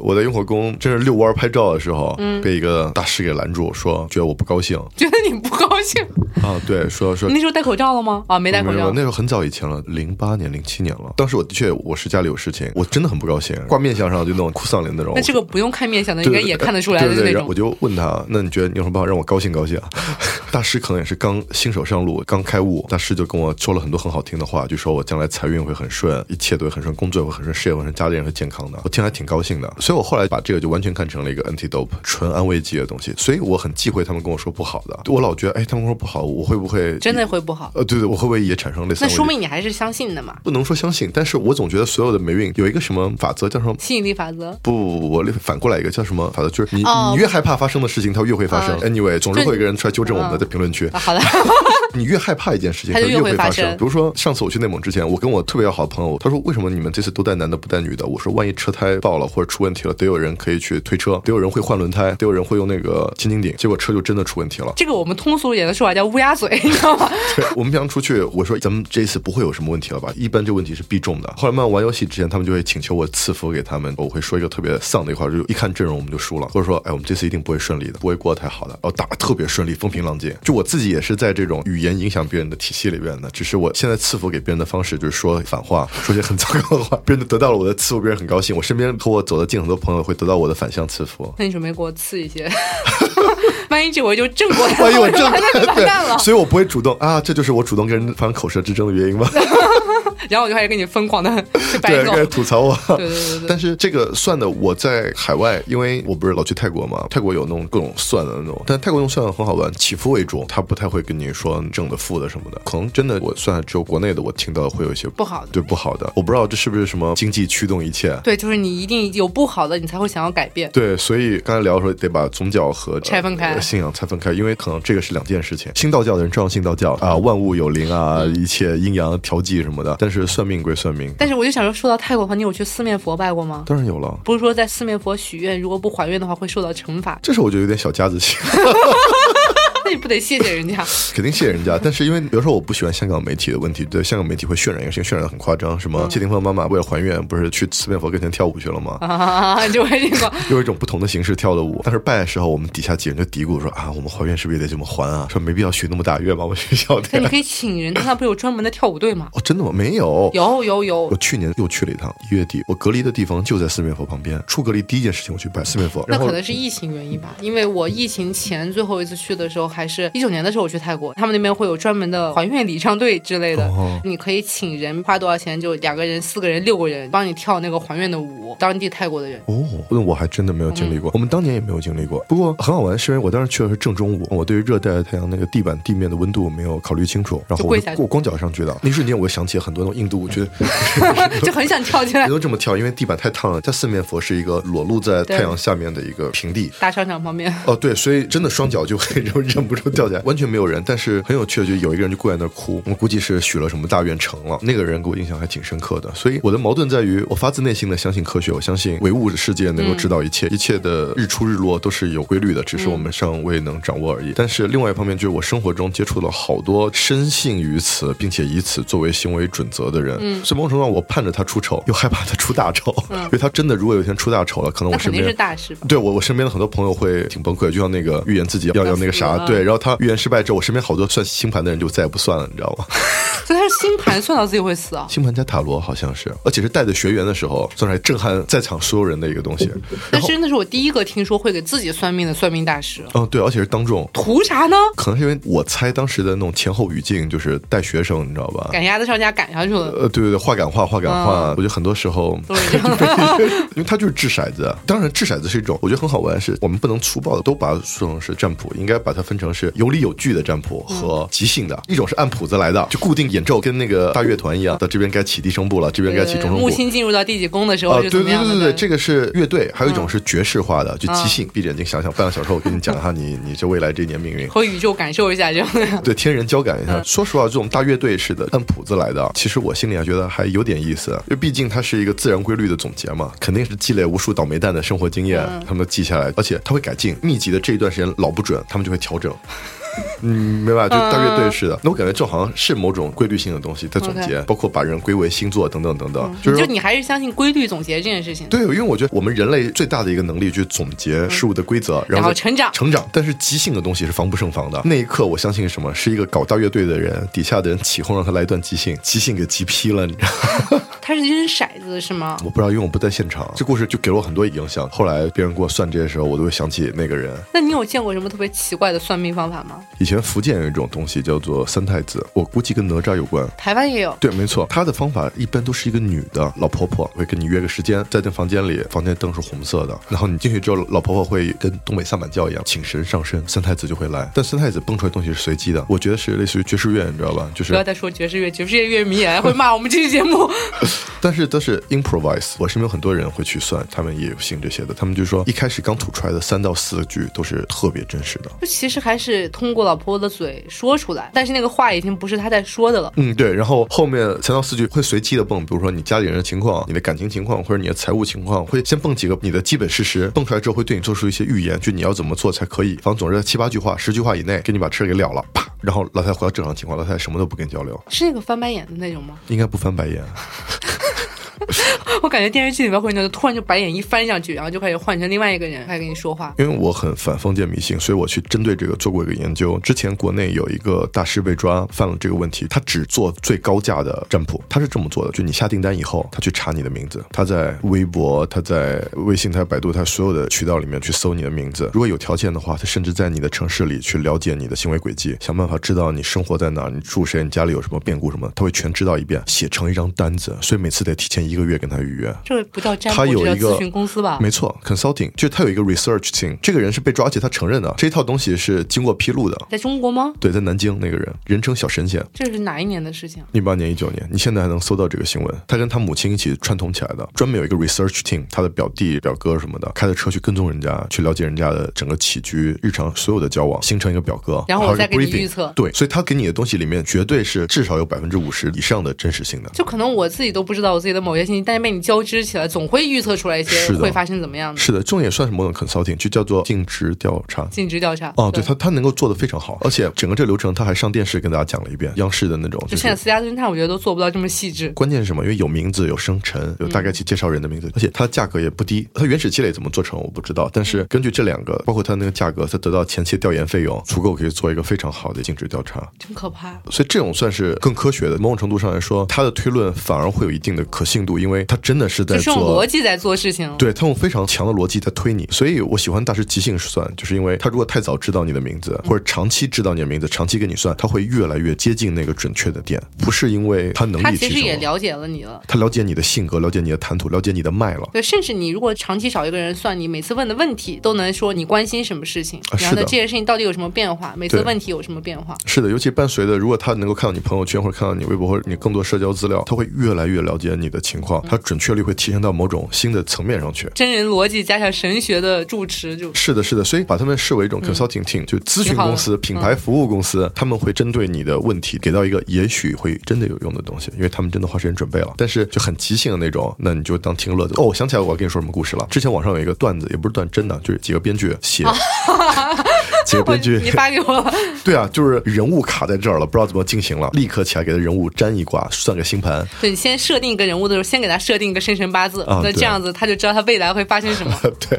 [SPEAKER 2] 我在雍和宫真是遛弯儿拍照的时候，
[SPEAKER 1] 嗯
[SPEAKER 2] 被一个大师给拦住，说觉得我不高兴
[SPEAKER 1] 觉得你不高 兴，
[SPEAKER 2] 啊，对，说说
[SPEAKER 1] 你那时候戴口罩了吗？啊，没戴口
[SPEAKER 2] 没有，
[SPEAKER 1] 罩。
[SPEAKER 2] 那时候很早以前了，零八年、零七年了。当时我的确我是家里有事情，我真的很不高兴，挂面相上就那种哭丧脸那种。
[SPEAKER 1] 那这个不用看面相的，
[SPEAKER 2] 对
[SPEAKER 1] 应
[SPEAKER 2] 对
[SPEAKER 1] 该
[SPEAKER 2] 对
[SPEAKER 1] 也看得出来的，
[SPEAKER 2] 对
[SPEAKER 1] 就那
[SPEAKER 2] 对对，然后我
[SPEAKER 1] 种。
[SPEAKER 2] 就问他，那你觉得你有什么办法让我高兴高兴啊？ 大师可能也是刚新手上路，刚开悟，大师就跟我说了很多很好听的话，就说我将来财运会很顺，一切都会很顺，工作也会很顺，事业会很顺，家里人会健康的。我听还挺高兴的，所以我后来把这个就完全看成了一个 antidope 纯安慰剂的东西，所以我很忌讳他们跟我说不好的，我老觉得哎，他们说不好，我会不会
[SPEAKER 1] 真的？会不好，
[SPEAKER 2] 呃，对对，我会不会也产生类似
[SPEAKER 1] 那
[SPEAKER 2] 的安慰
[SPEAKER 1] 说
[SPEAKER 2] 剂
[SPEAKER 1] 明你还是相信的嘛，
[SPEAKER 2] 不能说相信，但是我总觉得所有的霉运有一个什么法则叫什么？
[SPEAKER 1] 吸引力法则。
[SPEAKER 2] 不不不，我反过来一个叫什么法则？就是你、
[SPEAKER 1] 哦
[SPEAKER 2] 你越害怕发生的事情，它越会发生。anyway，总是会有一个人出来纠正我们的，在评论区。
[SPEAKER 1] 啊，好的，
[SPEAKER 2] 你越害怕一件事情，
[SPEAKER 1] 它
[SPEAKER 2] 它
[SPEAKER 1] 就越
[SPEAKER 2] 越
[SPEAKER 1] 会
[SPEAKER 2] 会
[SPEAKER 1] 发
[SPEAKER 2] 发
[SPEAKER 1] 生
[SPEAKER 2] 比如说上次我去内蒙之前，我跟我特别要好的朋友，他说为什么你们这次都带男的不带女的？我说万一车胎爆了或者出问题了，得有人可以去推车，得有人会换轮胎，得有人会用那个千斤顶。结果车就真的出问题了。
[SPEAKER 1] 这个我们通俗一点的说法叫乌鸦嘴，你知道吗？
[SPEAKER 2] 对 我们平常出去，我说咱们这次不会有什么问题了吧？一般这问题是必中的。后来慢慢玩游戏之前，他们就会请求我赐福给他们，我会说一个特别丧的一块，就一看阵容我们就输了，或者说哎我们这次一定不会顺利的，不会过得太好的，然后打得特别顺利，风平浪静。就我自己也是在这种语言影响别人的体系里边的，只是我现在赐福给别人的方式就是说反话，说些很糟糕的话，别人得到了我的赐福，别人很高兴。我身边和我走得近很多朋友会得到我的反向赐福。
[SPEAKER 1] 那你准备给我刺一些， 万一这回就正过来了，
[SPEAKER 2] 万一我
[SPEAKER 1] 就
[SPEAKER 2] 正
[SPEAKER 1] 完蛋就完蛋了
[SPEAKER 2] 对，。所以我不会主动啊，这就是我主动跟人发生口舌之争的原因吗？
[SPEAKER 1] 然后我就开始跟你疯狂的去
[SPEAKER 2] 对，
[SPEAKER 1] 摆弄
[SPEAKER 2] 开。始吐槽我。
[SPEAKER 1] 对对对对
[SPEAKER 2] 但是这个算的，我在海外，因为我不是老去泰国嘛，泰国有那种各种算的那种，但泰国用算的很好玩，起伏为主，他不太会跟你说正的负的什么的，可能真的我算的只有国内的，我听到会有一些
[SPEAKER 1] 不好的嗯
[SPEAKER 2] 对不好的，我不知道这是不是什么经济驱动一切。
[SPEAKER 1] 对，就是你一定有不好的，你才会想要改变。
[SPEAKER 2] 对，所以刚才聊的时候得把宗教和
[SPEAKER 1] 拆分开
[SPEAKER 2] 呃信仰拆分开，因为可能这个是两件事情。信道教的人照样信道教
[SPEAKER 1] 嗯
[SPEAKER 2] 啊，万物有灵啊，一切阴阳调剂什么的。但是算命归算命，
[SPEAKER 1] 但是我就想说，说到泰国的话，你有去四面佛拜过吗？
[SPEAKER 2] 当然有了。
[SPEAKER 1] 不是说在四面佛许愿，如果不还愿的话会受到惩罚。
[SPEAKER 2] 这时候我就有点小家子气，
[SPEAKER 1] 那你不得谢谢人家？
[SPEAKER 2] 肯定谢谢人家。但是因为比如说我不喜欢香港媒体的问题，对香港媒体会渲染一个事情，渲染的很夸张，什
[SPEAKER 1] 嗯
[SPEAKER 2] 么谢霆锋妈妈为了还愿，不是去四面佛跟前跳舞去了吗？
[SPEAKER 1] 啊，就会 这个，
[SPEAKER 2] 用一种不同的形式跳的舞。当时拜的时候，我们底下几人就嘀咕说啊，我们还愿是不是也得这么还啊？说没必要许那么大愿吧，我们许小
[SPEAKER 1] 那
[SPEAKER 2] 点
[SPEAKER 1] 你。可以请人，他那不是有专门的跳舞队吗？
[SPEAKER 2] 哦，真的吗？没有。
[SPEAKER 1] 有有有
[SPEAKER 2] 我，去年又去了一趟，一月底，我隔离的地方就在四面佛旁边。出隔离第一件事情，我去拜四面佛，
[SPEAKER 1] 那
[SPEAKER 2] 然后
[SPEAKER 1] 可能是疫情原因吧，因为我疫情前最后一次去的时候，还是一九年的时候我去泰国，他们那边会有专门的还愿礼唱队之类的，
[SPEAKER 2] 哦
[SPEAKER 1] 你可以请人花多少钱，就两个人、四个人、六个人帮你跳那个还愿的舞，当地泰国 的人。
[SPEAKER 2] 哦，那我还真的没有经历
[SPEAKER 1] 嗯
[SPEAKER 2] 过，我们当年也没有经历过。不过很好玩，是因为我当时去的是正中午，我对于热带太阳那个地板地面的温度没有考虑清楚，然后
[SPEAKER 1] 就
[SPEAKER 2] 我
[SPEAKER 1] 跪
[SPEAKER 2] 就
[SPEAKER 1] 下去
[SPEAKER 2] 我光脚上去的，那一瞬间我想起很多那种印度，我觉得
[SPEAKER 1] 就很想跳起来
[SPEAKER 2] 人。都这么跳，因为地板太烫了。它四面佛是一个裸露在
[SPEAKER 1] 对
[SPEAKER 2] 太阳下面的一个平地。
[SPEAKER 1] 大商场旁边，
[SPEAKER 2] 哦，对，所以真的双脚就会忍忍不住掉下来，完全没有人。但是很有趣的，就有一个人就跪在那儿哭，我估计是许了什么大愿成了。那个人给我印象还挺深刻的。所以我的矛盾在于，我发自内心的相信科学，我相信唯物世界能够知道一切，一切的日出日落都是有规律的，只是我们尚未能掌握而已。但是另外一方面，就是我生活中接触了好多深信于此，并且以此作为行为准则的人，所以某种程度上，我盼着他出丑，又害怕他出大丑，因为他真的如果有一天出大丑了，可能
[SPEAKER 1] 那
[SPEAKER 2] 我身
[SPEAKER 1] 肯定
[SPEAKER 2] 边
[SPEAKER 1] 是大事吧？
[SPEAKER 2] 对我，我身边的很多朋友会挺崩溃，就像那个预言自己要要那个
[SPEAKER 1] 要
[SPEAKER 2] 啥
[SPEAKER 1] 死，了
[SPEAKER 2] 对，然后他预言失败之后，我身边好多算星盘的人就再也不算了，你知道 吗？
[SPEAKER 1] 所以他是星盘算到自己会死 啊。
[SPEAKER 2] 星盘加塔罗好像是，而且是带着学员的时候，算是震撼在场所有人的一个 东西。
[SPEAKER 1] 但是那是我第一个听说会给自己算命的算命大师，
[SPEAKER 2] 嗯，对，而且是当众，
[SPEAKER 1] 图啥呢？
[SPEAKER 2] 可能是因为我猜当时的那种前后语境就是带学生，你知道吧？
[SPEAKER 1] 赶鸭子上架赶上去了，
[SPEAKER 2] 呃，对对对，话赶话，话赶话，我觉得很多时候
[SPEAKER 1] 嗯都是这样。
[SPEAKER 2] 因为它就是掷骰子。啊当然，掷骰子是一种我觉得很好玩，是我们不能粗暴的都把它说成是占卜，应该把它分成是有理有据的占卜
[SPEAKER 1] 嗯
[SPEAKER 2] 和即兴的。一种是按谱子来的，就固定演奏，跟那个大乐团一样，到这边该起低声部了，这边该起中声部
[SPEAKER 1] 呃木。星进入到第几宫的时
[SPEAKER 2] 啊，
[SPEAKER 1] 候
[SPEAKER 2] 对
[SPEAKER 1] 就
[SPEAKER 2] 对
[SPEAKER 1] 怎
[SPEAKER 2] 对
[SPEAKER 1] 么样
[SPEAKER 2] 对
[SPEAKER 1] 的？嗯
[SPEAKER 2] 对，这个是乐队，还有一种是爵士化的，就即兴，闭着眼睛想想。半个小时后，我跟你讲一下你 你这未来这一年命运。
[SPEAKER 1] 和宇宙感受一下这样的。
[SPEAKER 2] 对天人交感一下。说实话，这种大乐队式的按谱子来的，啊其实我心里还觉得还有点意思，啊因为毕竟它是一个自然规律的总结嘛，肯定是积累无数倒霉蛋的生活经验，他们都记下来，而且他会改进，密集的这一段时间老不准，他们就会调整。嗯，明白，就大乐队似的。那我感觉这好像是某种规律性的东西在总结，包括把人归为星座等等等等。就是
[SPEAKER 1] 就
[SPEAKER 2] 说
[SPEAKER 1] 你还是相信规律总结这件事情。
[SPEAKER 2] 对，因为我觉得我们人类最大的一个能力就是总结事物的规则，然
[SPEAKER 1] 嗯然后
[SPEAKER 2] 再
[SPEAKER 1] 成长
[SPEAKER 2] 成长。但是即兴的东西是防不胜防的。那一刻，我相信什么？是一个搞大乐队的人，底下的人起哄让他来一段即兴，即兴给急劈了，你知道吗？
[SPEAKER 1] 它是一扔骰子是吗？
[SPEAKER 2] 我不知道，因为我不在现场。这故事就给了我很多影响。后来别人给我算这些时候，我都会想起那个人。
[SPEAKER 1] 那你有见过什么特别奇怪的算命方法吗？
[SPEAKER 2] 以前福建有一种东西叫做三太子，我估计跟哪吒有关。
[SPEAKER 1] 台湾也有，
[SPEAKER 2] 对，没错，她的方法一般都是一个女的老婆婆会跟你约个时间，在那房间里，房间灯是红色的，然后你进去之后，老婆婆会跟东北萨满教一样请神上身，三太子就会来，但三太子蹦出来的东西是随机的，我觉得是类似于爵士乐，你知道吧？就
[SPEAKER 1] 不要
[SPEAKER 2] 是，
[SPEAKER 1] 再说爵士乐，爵士乐越迷人，会骂我们这期节 目。
[SPEAKER 2] 但是都是 improvise。我身边有很多人会去算，他们也有信这些的，他们就说一开始刚吐出来的三到四句都是特别真实的。
[SPEAKER 1] 就其实还是通过老婆婆的嘴说出来，但是那个话已经不是她在说的了。
[SPEAKER 2] 嗯，对，然后后面三到四句会随机的蹦，比如说你家里人的情况、你的感情情况或者你的财务情况，会先蹦几个你的基本事实，蹦出来之后会对你做出一些预言，就你要怎么做才可以，反正总之七八句话、十句话以内给你把事儿给了了，啪，然后老太太回到正常情况，老太太什么都不跟你交流，
[SPEAKER 1] 是那个翻白眼的那种吗？
[SPEAKER 2] 应该不翻白眼。啊
[SPEAKER 1] 我感觉电视剧里面会那种突然就白眼一翻上去，然后就开始换成另外一个人开始跟你说话。
[SPEAKER 2] 因为我很反封建迷信，所以我去针对这个做过一个研究。之前国内有一个大师被抓，犯了这个问题，他只做最高价的占卜，他是这么做的：就你下订单以后，他去查你的名字，他在微博、他在微信、他在百度、他所有的渠道里面去搜你的名字。如果有条件的话，他甚至在你的城市里去了解你的行为轨迹，想办法知道你生活在哪儿，你住谁，你家里有什么变故什么，他会全知道一遍，写成一张单子。所以每次得提前一个月跟他预约。
[SPEAKER 1] 这不叫占卜，
[SPEAKER 2] 他有
[SPEAKER 1] 这
[SPEAKER 2] 一
[SPEAKER 1] 叫
[SPEAKER 2] 个
[SPEAKER 1] 咨询公司吧？
[SPEAKER 2] 没错，consulting 就是他有一个 research team，这个人是被抓，而且他承认的，这一套东西是经过披露的。
[SPEAKER 1] 在中国吗？
[SPEAKER 2] 对，在南京那个人，人称小神仙。
[SPEAKER 1] 这是哪一年的事情？
[SPEAKER 2] 一八年、一九年，你现在还能搜到这个新闻。他跟他母亲一起串通起来的，专门有一个 research team，他的表弟、表哥什么的，开着车去跟踪人家，去了解人家的整个起居、日常所有的交往，形成一个表格。
[SPEAKER 1] 然后我
[SPEAKER 2] 还有一个
[SPEAKER 1] 再给你
[SPEAKER 2] briefing
[SPEAKER 1] 预测
[SPEAKER 2] 对，所以他给你的东西里面，绝对是至少有百分之五十以上的真实性的。
[SPEAKER 1] 嗯就可能我自己都不知道我自己的某些信信息，但是被你交织起来，总会预测出来一些
[SPEAKER 2] 是的
[SPEAKER 1] 会发生怎么样的。
[SPEAKER 2] 是的，这种也算是某种 consulting，就叫做尽职调查。
[SPEAKER 1] 尽职调查
[SPEAKER 2] 哦，对他，他能够做得非常好，而且整个这个流程他还上电视跟大家讲了一遍，央视的那种，
[SPEAKER 1] 就
[SPEAKER 2] 就
[SPEAKER 1] 现在
[SPEAKER 2] 是
[SPEAKER 1] 私家侦探，我觉得都做不到这么细致。
[SPEAKER 2] 关键是什么？因为有名字，有生
[SPEAKER 1] 嗯
[SPEAKER 2] 辰，有大概去介绍人的 名字，而且它的价格也不低。它原始积累怎么做成我不知道，但是
[SPEAKER 1] 嗯
[SPEAKER 2] 根据这两个，包括它那个价格，它得到前期调研费用足够可以做一个非常好的尽职调查。
[SPEAKER 1] 真可怕，
[SPEAKER 2] 所以这种算是更科学的，某种程度上来说，它的推论反而会有一定的可信度，因为它真的是在
[SPEAKER 1] 就是
[SPEAKER 2] 做
[SPEAKER 1] 用逻辑在做事情。
[SPEAKER 2] 对他用非常强的逻辑在推你，所以我喜欢大师即兴算，就是因为他如果太早知道你的名字，或者长期知道你的名字，长期跟你算，他会越来越接近那个准确的点，不是因为他能
[SPEAKER 1] 他
[SPEAKER 2] 力
[SPEAKER 1] 其实
[SPEAKER 2] 提
[SPEAKER 1] 也
[SPEAKER 2] 升了，
[SPEAKER 1] 了解了你了。
[SPEAKER 2] 他了解你的性格，了解你的谈吐，了解你的脉了。
[SPEAKER 1] 对，甚至你如果长期找一个人算，你每次问的问题都能说你关心什么事情，
[SPEAKER 2] 啊
[SPEAKER 1] 然
[SPEAKER 2] 是
[SPEAKER 1] 后呢
[SPEAKER 2] 的
[SPEAKER 1] 这件事情到底有什么变化，每次
[SPEAKER 2] 对
[SPEAKER 1] 问题有什么变化。
[SPEAKER 2] 是的，尤其伴随的，如果他能够看到你朋友圈或者看到你微博或者你更多社交资料，他会越来越了解你的情况，他准确率会提升到某种新的层面上去。
[SPEAKER 1] 真人逻辑加上神学的住持，就是
[SPEAKER 2] 的，是的，所以把他们视为一种 consulting team，、就咨询公司、
[SPEAKER 1] 嗯挺
[SPEAKER 2] 品
[SPEAKER 1] 好的嗯
[SPEAKER 2] 牌服务公司，他们会针对你的问题给到一个也许会真的有用的东西，因为他们真的花时间准备了。但是就很即兴的那种，那你就当听个乐子。哦，我想起来我要跟你说什么故事了。之前网上有一个段子，也不是段真的，就是几个编剧 写，几个编剧
[SPEAKER 1] 你发给哎我了，
[SPEAKER 2] 对啊，就是人物卡在这儿了，不知道怎么进行了，立刻起来给他人物占一卦，算个星盘。
[SPEAKER 1] 对你先设定一个人物的时候，先给他设定一个生辰八字，
[SPEAKER 2] 啊
[SPEAKER 1] 那
[SPEAKER 2] 对
[SPEAKER 1] 这样子他就知道他未来会发生什么。
[SPEAKER 2] 对，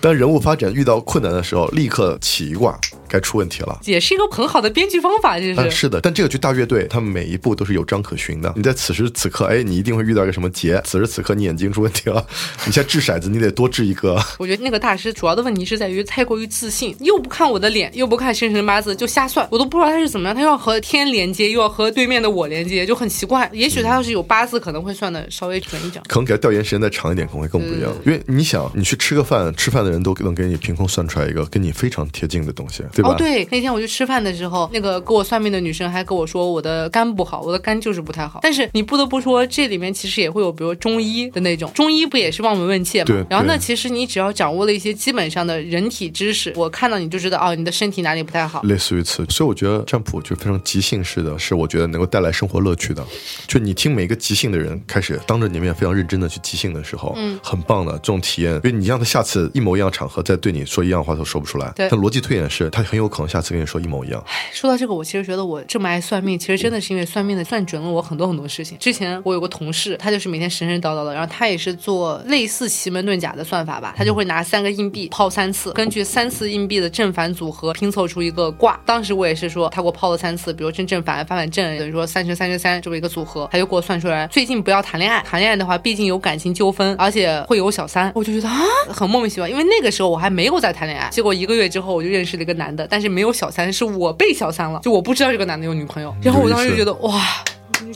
[SPEAKER 2] 当人物发展遇到困难的时候，立刻起一卦，该出问题了。
[SPEAKER 1] 也是一个很好的编剧方法，这
[SPEAKER 2] 啊，
[SPEAKER 1] 是。
[SPEAKER 2] 是的，但这个剧大乐队，他们每一步都是有章可循的。你在此时此刻，哎，你一定会遇到一个什么劫，此时此刻你眼睛出问题了，你现在掷骰子，你得多掷一个。
[SPEAKER 1] 我觉得那个大师主要的问题是在于太过于自信，又不看我的脸，又不看生辰八字，就瞎算，我都不知道他是怎么样，他又要和天连接，又要和对面的我连接，就很奇怪。也许他要是有八字，可能会算的稍微准一点。
[SPEAKER 2] 可能给他调研时间再长一点，可能会更不一样。
[SPEAKER 1] 嗯
[SPEAKER 2] 因为你想，你去吃个饭，吃饭的人都能给你凭空算出来一个跟你非常贴近的东西，对吧？
[SPEAKER 1] 哦，对，那天我去吃饭的时候，那个给我算命的女生还跟我说我的肝不好，我的肝就是不太好。但是你不得不说，这里面其实也会有，比如中医的那种，中医不也是望闻问切嘛？
[SPEAKER 2] 嗯对
[SPEAKER 1] 然后那
[SPEAKER 2] 对
[SPEAKER 1] 其实你只要掌握了一些基本上的人体知识，我看到你就知道哦，你的身体哪里不太好。
[SPEAKER 2] 类似于此，所以我觉得占卜就非常即兴式的，是我觉得能够带来生活乐趣的。就你听每一个即兴的人开始当着你面非常认真的去即兴的时候，嗯，很棒的这种体验，因为你让他下次一模一样的场合再对你说一样的话，他都说不出来。
[SPEAKER 1] 对
[SPEAKER 2] 但逻辑推演是，他很有可能下次跟你说一模一样。
[SPEAKER 1] 说到这个，我其实觉得我这么爱算命，其实真的是因为算命的算准了我很多很多事情。之前我有个同事，他就是每天神神叨叨的，然后他也是做类似奇门遁甲的算法吧，他就会拿三个硬币抛三次，根据三次硬币的正反组合拼凑出一个卦。当时我也是说，他给我抛了三次，比如正正反反反正，等于说三乘三乘三这么一个组合，他就给我算出来。最近不要谈恋爱，谈恋爱的话，毕竟有感情纠纷，而且会有小三。我就觉得啊，很莫名其妙，因为那个时候我还没有在谈恋爱。结果一个月之后，我就认识了一个男的，但是没有小三，是我被小三了，就我不知道这个男的有女朋友。然后我当时就觉得哇，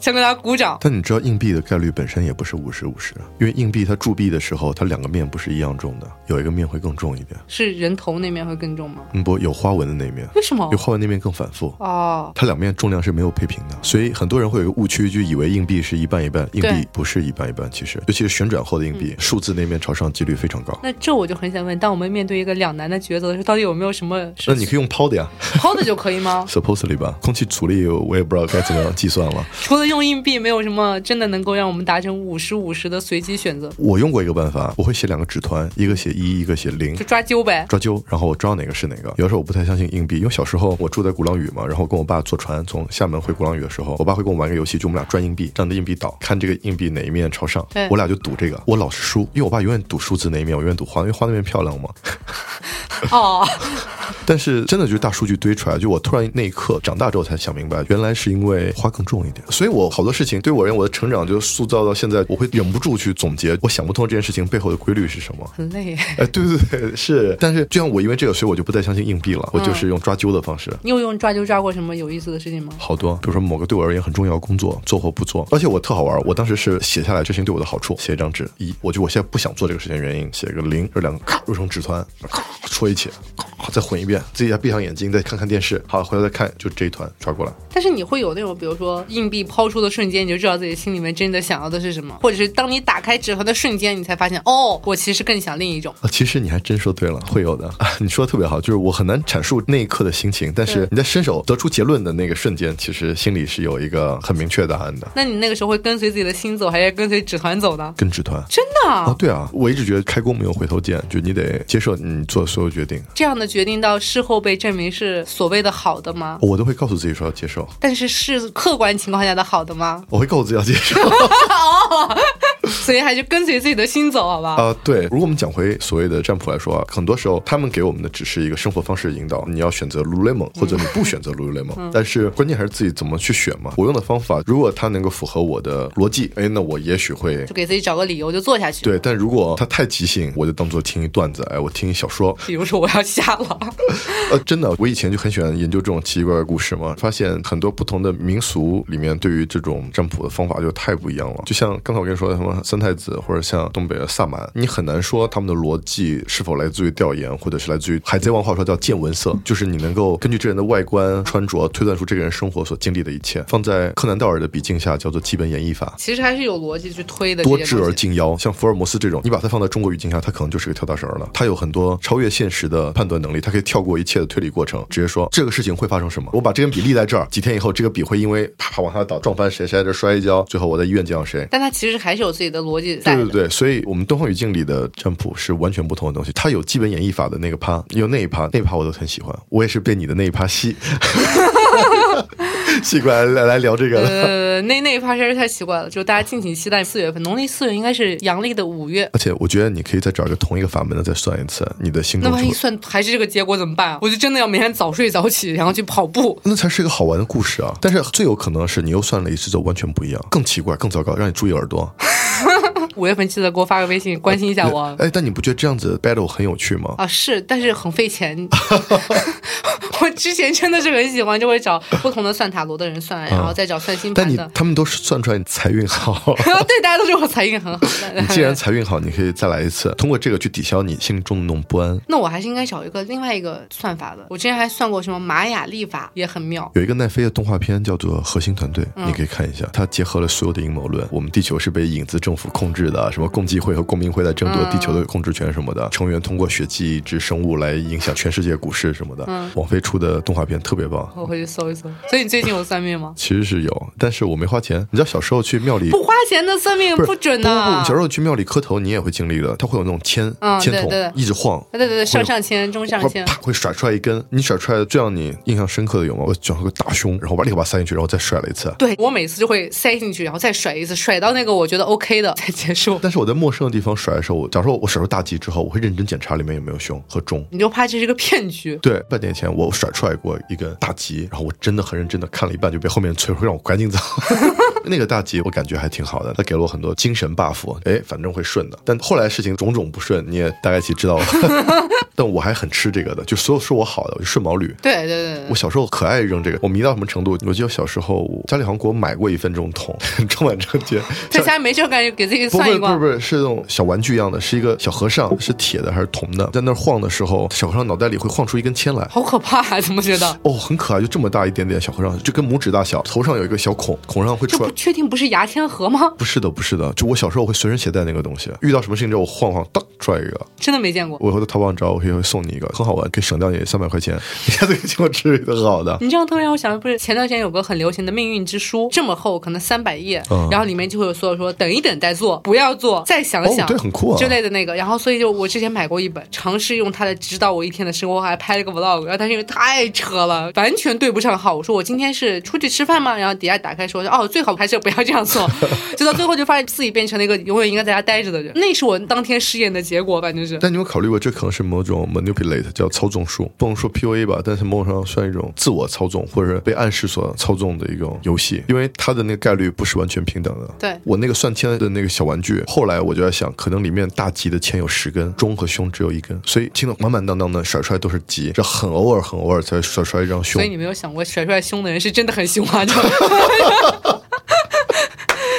[SPEAKER 1] 想给他鼓掌。
[SPEAKER 2] 但你知道硬币的概率本身也不是五十五十，因为硬币它铸币的时候，它两个面不是一样重的，有一个面会更重一点，
[SPEAKER 1] 是人头那面会更重吗？
[SPEAKER 2] 嗯，不有花纹的那一面，
[SPEAKER 1] 为什么
[SPEAKER 2] 有？花纹那面更反复。
[SPEAKER 1] 哦，
[SPEAKER 2] 它两面重量是没有配平的，所以很多人会有一个误区，就以为硬币是一半一半，硬
[SPEAKER 1] 对
[SPEAKER 2] 币不是一半一半。其实，尤其是旋转后的硬币，数字那面朝上几率非常高。
[SPEAKER 1] 那这我就很想问，当我们面对一个两难的抉择的时候，到底有没有什么是
[SPEAKER 2] 那 你可以用抛的呀
[SPEAKER 1] 抛的就可以吗？
[SPEAKER 2] ，supposedly 吧。空气阻力我也不知道该怎么样计算了。
[SPEAKER 1] 除了用硬币，没有什么真的能够让我们达成五十五十的随机选择，
[SPEAKER 2] 我用过一个办法，我会写两个纸团，一个写一，一个写零
[SPEAKER 1] 就。抓阄呗。
[SPEAKER 2] 抓阄，然后我知道哪个是哪个。有的时候我不太相信硬币，因为小时候我住在鼓浪屿嘛，然后跟我爸坐船从厦门回鼓浪屿的时候，我爸会跟我玩一个游戏，就我们俩转硬币，站着硬币倒，看这个硬币哪一面朝上
[SPEAKER 1] 对，
[SPEAKER 2] 我俩就赌这个。我老是输，因为我爸永远赌数字那一面，我永远赌花，因为花那面漂亮嘛。
[SPEAKER 1] 哦，
[SPEAKER 2] 但是真的就是大数据堆出来，就我突然那一刻长大之后才想明白，原来是因为花更重一点。所以我好多事情对我而言，我的成长就塑造到现在，我会忍不住去总结，我想不通这件事情背后的规律是什么。
[SPEAKER 1] 很累。
[SPEAKER 2] 哎，对对对，是。但是就像我因为这个，所以我就不再相信硬币了，我就是用抓阄的方式。
[SPEAKER 1] 你有用抓阄抓过什么有意思的事情吗？
[SPEAKER 2] 好多，比如说某个对我而言很重要的工作，做或不做，而且我特好玩儿。我当时是写下来这事情对我的好处，写一张纸，一，我就我现在不想做这个事情的原因，写个零，这两个咔揉成纸团，咔戳一起，再混一遍，自己再闭上眼睛，再看看电视，好，回头再看，就这一团刷过来。
[SPEAKER 1] 但是你会有那种，比如说硬币抛出的瞬间，你就知道自己心里面真的想要的是什么，或者是当你打开纸盒的瞬间，你才发现，哦，我其实更想另一种。
[SPEAKER 2] 啊，其实你还真说对了，会有的。啊、你说的特别好，就是我很难阐述那一刻的心情，但是
[SPEAKER 1] 对
[SPEAKER 2] 你在伸手得出结论的那个瞬间，其实心里是有一个很明确答案的。
[SPEAKER 1] 那你那个时候会跟随自己的心走，还是跟随纸团走呢？
[SPEAKER 2] 跟纸团
[SPEAKER 1] 真的啊、
[SPEAKER 2] 啊，对啊，我一直觉得开弓没有回头箭，就你得接受你做的所有决定。
[SPEAKER 1] 这样的决定到事后被证明是所谓的好的吗？
[SPEAKER 2] 我都会告诉自己说要接受，
[SPEAKER 1] 但是是客观情况下的好的吗？
[SPEAKER 2] 我会告诉自己要接 受。
[SPEAKER 1] 所以还是跟随自己的心走，好吧？
[SPEAKER 2] 啊、对，如果我们讲回所谓的占卜来说啊，很多时候他们给我们的只是一个生活方式引导，你要选择 Lululemon
[SPEAKER 1] 嗯
[SPEAKER 2] 或者你不选择 Lululemon，、但是关键还是自己怎么去选嘛。我用的方法，如果它能够符合我的逻辑，哎，那我也许会
[SPEAKER 1] 就给自己找个理由就做下去。，
[SPEAKER 2] 对，但如果它太即兴，我就当做听一段子，哎，我听一小说，
[SPEAKER 1] 比如说我要瞎了，
[SPEAKER 2] 呃，真的，我以前就很喜欢研究这种奇奇怪怪的故事嘛，发现很多不同的民俗里面对于这种占卜的方法就太不一样了。就像刚才我跟你说的，什么三太子或者像东北的萨满，你很难说他们的逻辑是否来自于调研，或者是来自于海贼王话说叫见闻色，就是你能够根据这人的外观穿着推断出这个人生活所经历的一切。放在柯南道尔的笔镜下，叫做基本演绎法。
[SPEAKER 1] 其实还是有逻辑去推的。
[SPEAKER 2] 多
[SPEAKER 1] 这些
[SPEAKER 2] 智
[SPEAKER 1] 东
[SPEAKER 2] 而
[SPEAKER 1] 西
[SPEAKER 2] 近妖，像福尔摩斯这种，你把它放在中国语境下，它可能就是个跳大神儿了。它有很多超越现实的判断能力，它可以跳过一切的推理过程，直接说这个事情会发生什么。我把这根笔立在这儿，几天以后这个笔会因为啪啪往下倒撞翻谁，谁在这摔一跤，最后我在医院见到谁。
[SPEAKER 1] 但他其实还是有自己的逻辑在
[SPEAKER 2] 对
[SPEAKER 1] 的。
[SPEAKER 2] 对对，所以我们东方语境里的占卜是完全不同的东西，它有基本演绎法的那个趴，有那一趴，那一趴我都很喜欢，我也是被你的那一 趴吸，吸过来来来聊这个了。
[SPEAKER 1] 呃，那那一趴实在是太奇怪了，就大家敬请期待四月份，农历四月应该是阳历的五月。
[SPEAKER 2] 而且我觉得你可以再找一个同一个法门的再算一次，你的心
[SPEAKER 1] 那
[SPEAKER 2] 动
[SPEAKER 1] 万一
[SPEAKER 2] 程
[SPEAKER 1] 算还是这个结果怎么办啊？我就真的要每天早睡早起，然后去跑步。
[SPEAKER 2] 那才是一个好玩的故事啊！但是最有可能是你又算了一次，就完全不一样，更奇怪、更糟糕，让你注意耳朵。
[SPEAKER 1] 五月份记得给我发个微信，关心一下我。
[SPEAKER 2] 哎，但你不觉得这样子 battle 很有趣吗？
[SPEAKER 1] 啊，是，但是很费钱。 我之前真的是很喜欢，就会找不同的算塔罗的人算，然后再找算星
[SPEAKER 2] 啊但
[SPEAKER 1] 盘
[SPEAKER 2] 你
[SPEAKER 1] 的。。
[SPEAKER 2] 他们都是算出来你财运好
[SPEAKER 1] 对，大家都说我财运很好。
[SPEAKER 2] 你既然财运好，你可以再来一次，通过这个去抵消你心中的那种不安。
[SPEAKER 1] 那我还是应该找一个另外一个算法的。我之前还算过什么玛雅历法，也很妙。
[SPEAKER 2] 有一个奈飞的动画片叫做《核心团队》，
[SPEAKER 1] 嗯
[SPEAKER 2] 你可以看一下，它结合了所有的阴谋论。我们地球是被影子政府控制的，什么共济会和公民会在争夺地球的控制权什
[SPEAKER 1] 嗯
[SPEAKER 2] 么的，成员通过血迹移植生物来影响全世界股市什么的。
[SPEAKER 1] 嗯
[SPEAKER 2] 网飞出的动画片特别棒，？
[SPEAKER 1] 我回去搜一搜。所以你最近有算命吗
[SPEAKER 2] 其实是有，但是我没花钱。你知道小时候去庙里
[SPEAKER 1] 不花钱的算命
[SPEAKER 2] 不是
[SPEAKER 1] 准
[SPEAKER 2] 不不不，
[SPEAKER 1] 呐、
[SPEAKER 2] 你小时候去庙里磕头，你也会经历的，它会有那种铅
[SPEAKER 1] 嗯
[SPEAKER 2] 铅
[SPEAKER 1] 对
[SPEAKER 2] 筒
[SPEAKER 1] 对对
[SPEAKER 2] 一直晃，
[SPEAKER 1] 啊对对对，上
[SPEAKER 2] 会
[SPEAKER 1] 上签、中上
[SPEAKER 2] 会
[SPEAKER 1] 签
[SPEAKER 2] 啪。会甩出来一根，你甩出来最让你印象深刻的有吗？我卷出个大胸，然后把立刻把它塞进去，然后再甩了一次。
[SPEAKER 1] 对我每次就会塞进去，然后再甩一次，甩到那个我觉得 OK 的再结束。
[SPEAKER 2] 但是我在陌生的地方甩的时候，我假如说我甩出大吉之后，我会认真检查里面有没有胸和中。
[SPEAKER 1] 你就怕这是一个骗局。
[SPEAKER 2] 对，半年前我甩出来过一根大吉，然后我真的很认真的看了一半，就被后面人催会让我赶紧走。那个大吉我感觉还挺好的，他给了我很多精神 buff，哎，反正会顺的。但后来事情种种不顺，你也大概其知道了。但我还很吃这个的，就所有说我好的，我就顺毛驴。
[SPEAKER 1] 对对对对
[SPEAKER 2] 我
[SPEAKER 1] 对，
[SPEAKER 2] 小时候可爱扔这个，我迷到什么程度？我记得我小时候我家里好像给我买过一份这种桶， 装满正街。
[SPEAKER 1] 在家没事儿干就给自己
[SPEAKER 2] 不
[SPEAKER 1] 算一
[SPEAKER 2] 不是
[SPEAKER 1] 卦
[SPEAKER 2] 不。是是那种小玩具一样的，是一个小和尚，是铁的还是铜的？在那儿晃的时候，小和尚脑袋里会晃出一根铅来。
[SPEAKER 1] 好可怕、啊，怎么觉得？
[SPEAKER 2] 哦，很可爱，就这么大一点点小和尚，就跟拇指大小，头上有一个小孔，孔上会
[SPEAKER 1] 这
[SPEAKER 2] 出
[SPEAKER 1] 不
[SPEAKER 2] 来。
[SPEAKER 1] 确定不是牙签盒吗？
[SPEAKER 2] 不是的，不是的，就我小时候会随身携带那个东西，遇到什么事情之后我晃晃，当出来一个，
[SPEAKER 1] 真的没见过。
[SPEAKER 2] 我以后在淘宝上找，我可以会送你一个，很好玩，可以省掉你三百块钱，你下次可以请我吃一顿好的。
[SPEAKER 1] 你这样突然让我想，不是前段时间有个很流行的命运之书，这么厚，可能三百页，
[SPEAKER 2] 嗯
[SPEAKER 1] 然后里面就会有所有说等一等再做，不要做，再想想，
[SPEAKER 2] 哦对很酷啊
[SPEAKER 1] 之类的那个。然后所以就我之前买过一本，尝试用它来指导我一天的生活，我还拍了个 vlog，然后但是因为太扯了，完全对不上号。我说我今天是出去吃饭吗？然后底下打开说哦，最好还是不要这样做， 就到最后就发现自己变成了一个永远应该在家待着的人，那是我当天试验的结果，反正是。
[SPEAKER 2] 但你有没有考虑过，这可能是某种 manipulate，叫操纵术，不能说 PUA 吧，但是某种上算一种自我操纵，或者是被暗示所操纵的一种游戏，因为它的那个概率不是完全平等的。
[SPEAKER 1] 对
[SPEAKER 2] 我那个算签的那个小玩具，后来我就在想，可能里面大吉的签有十根，中和胸只有一根，所以听得满满当当的甩出来都是吉，这很偶尔很偶尔才会甩出来一张胸
[SPEAKER 1] 所以。你没有想 过甩出来凶的人是真的很凶啊？就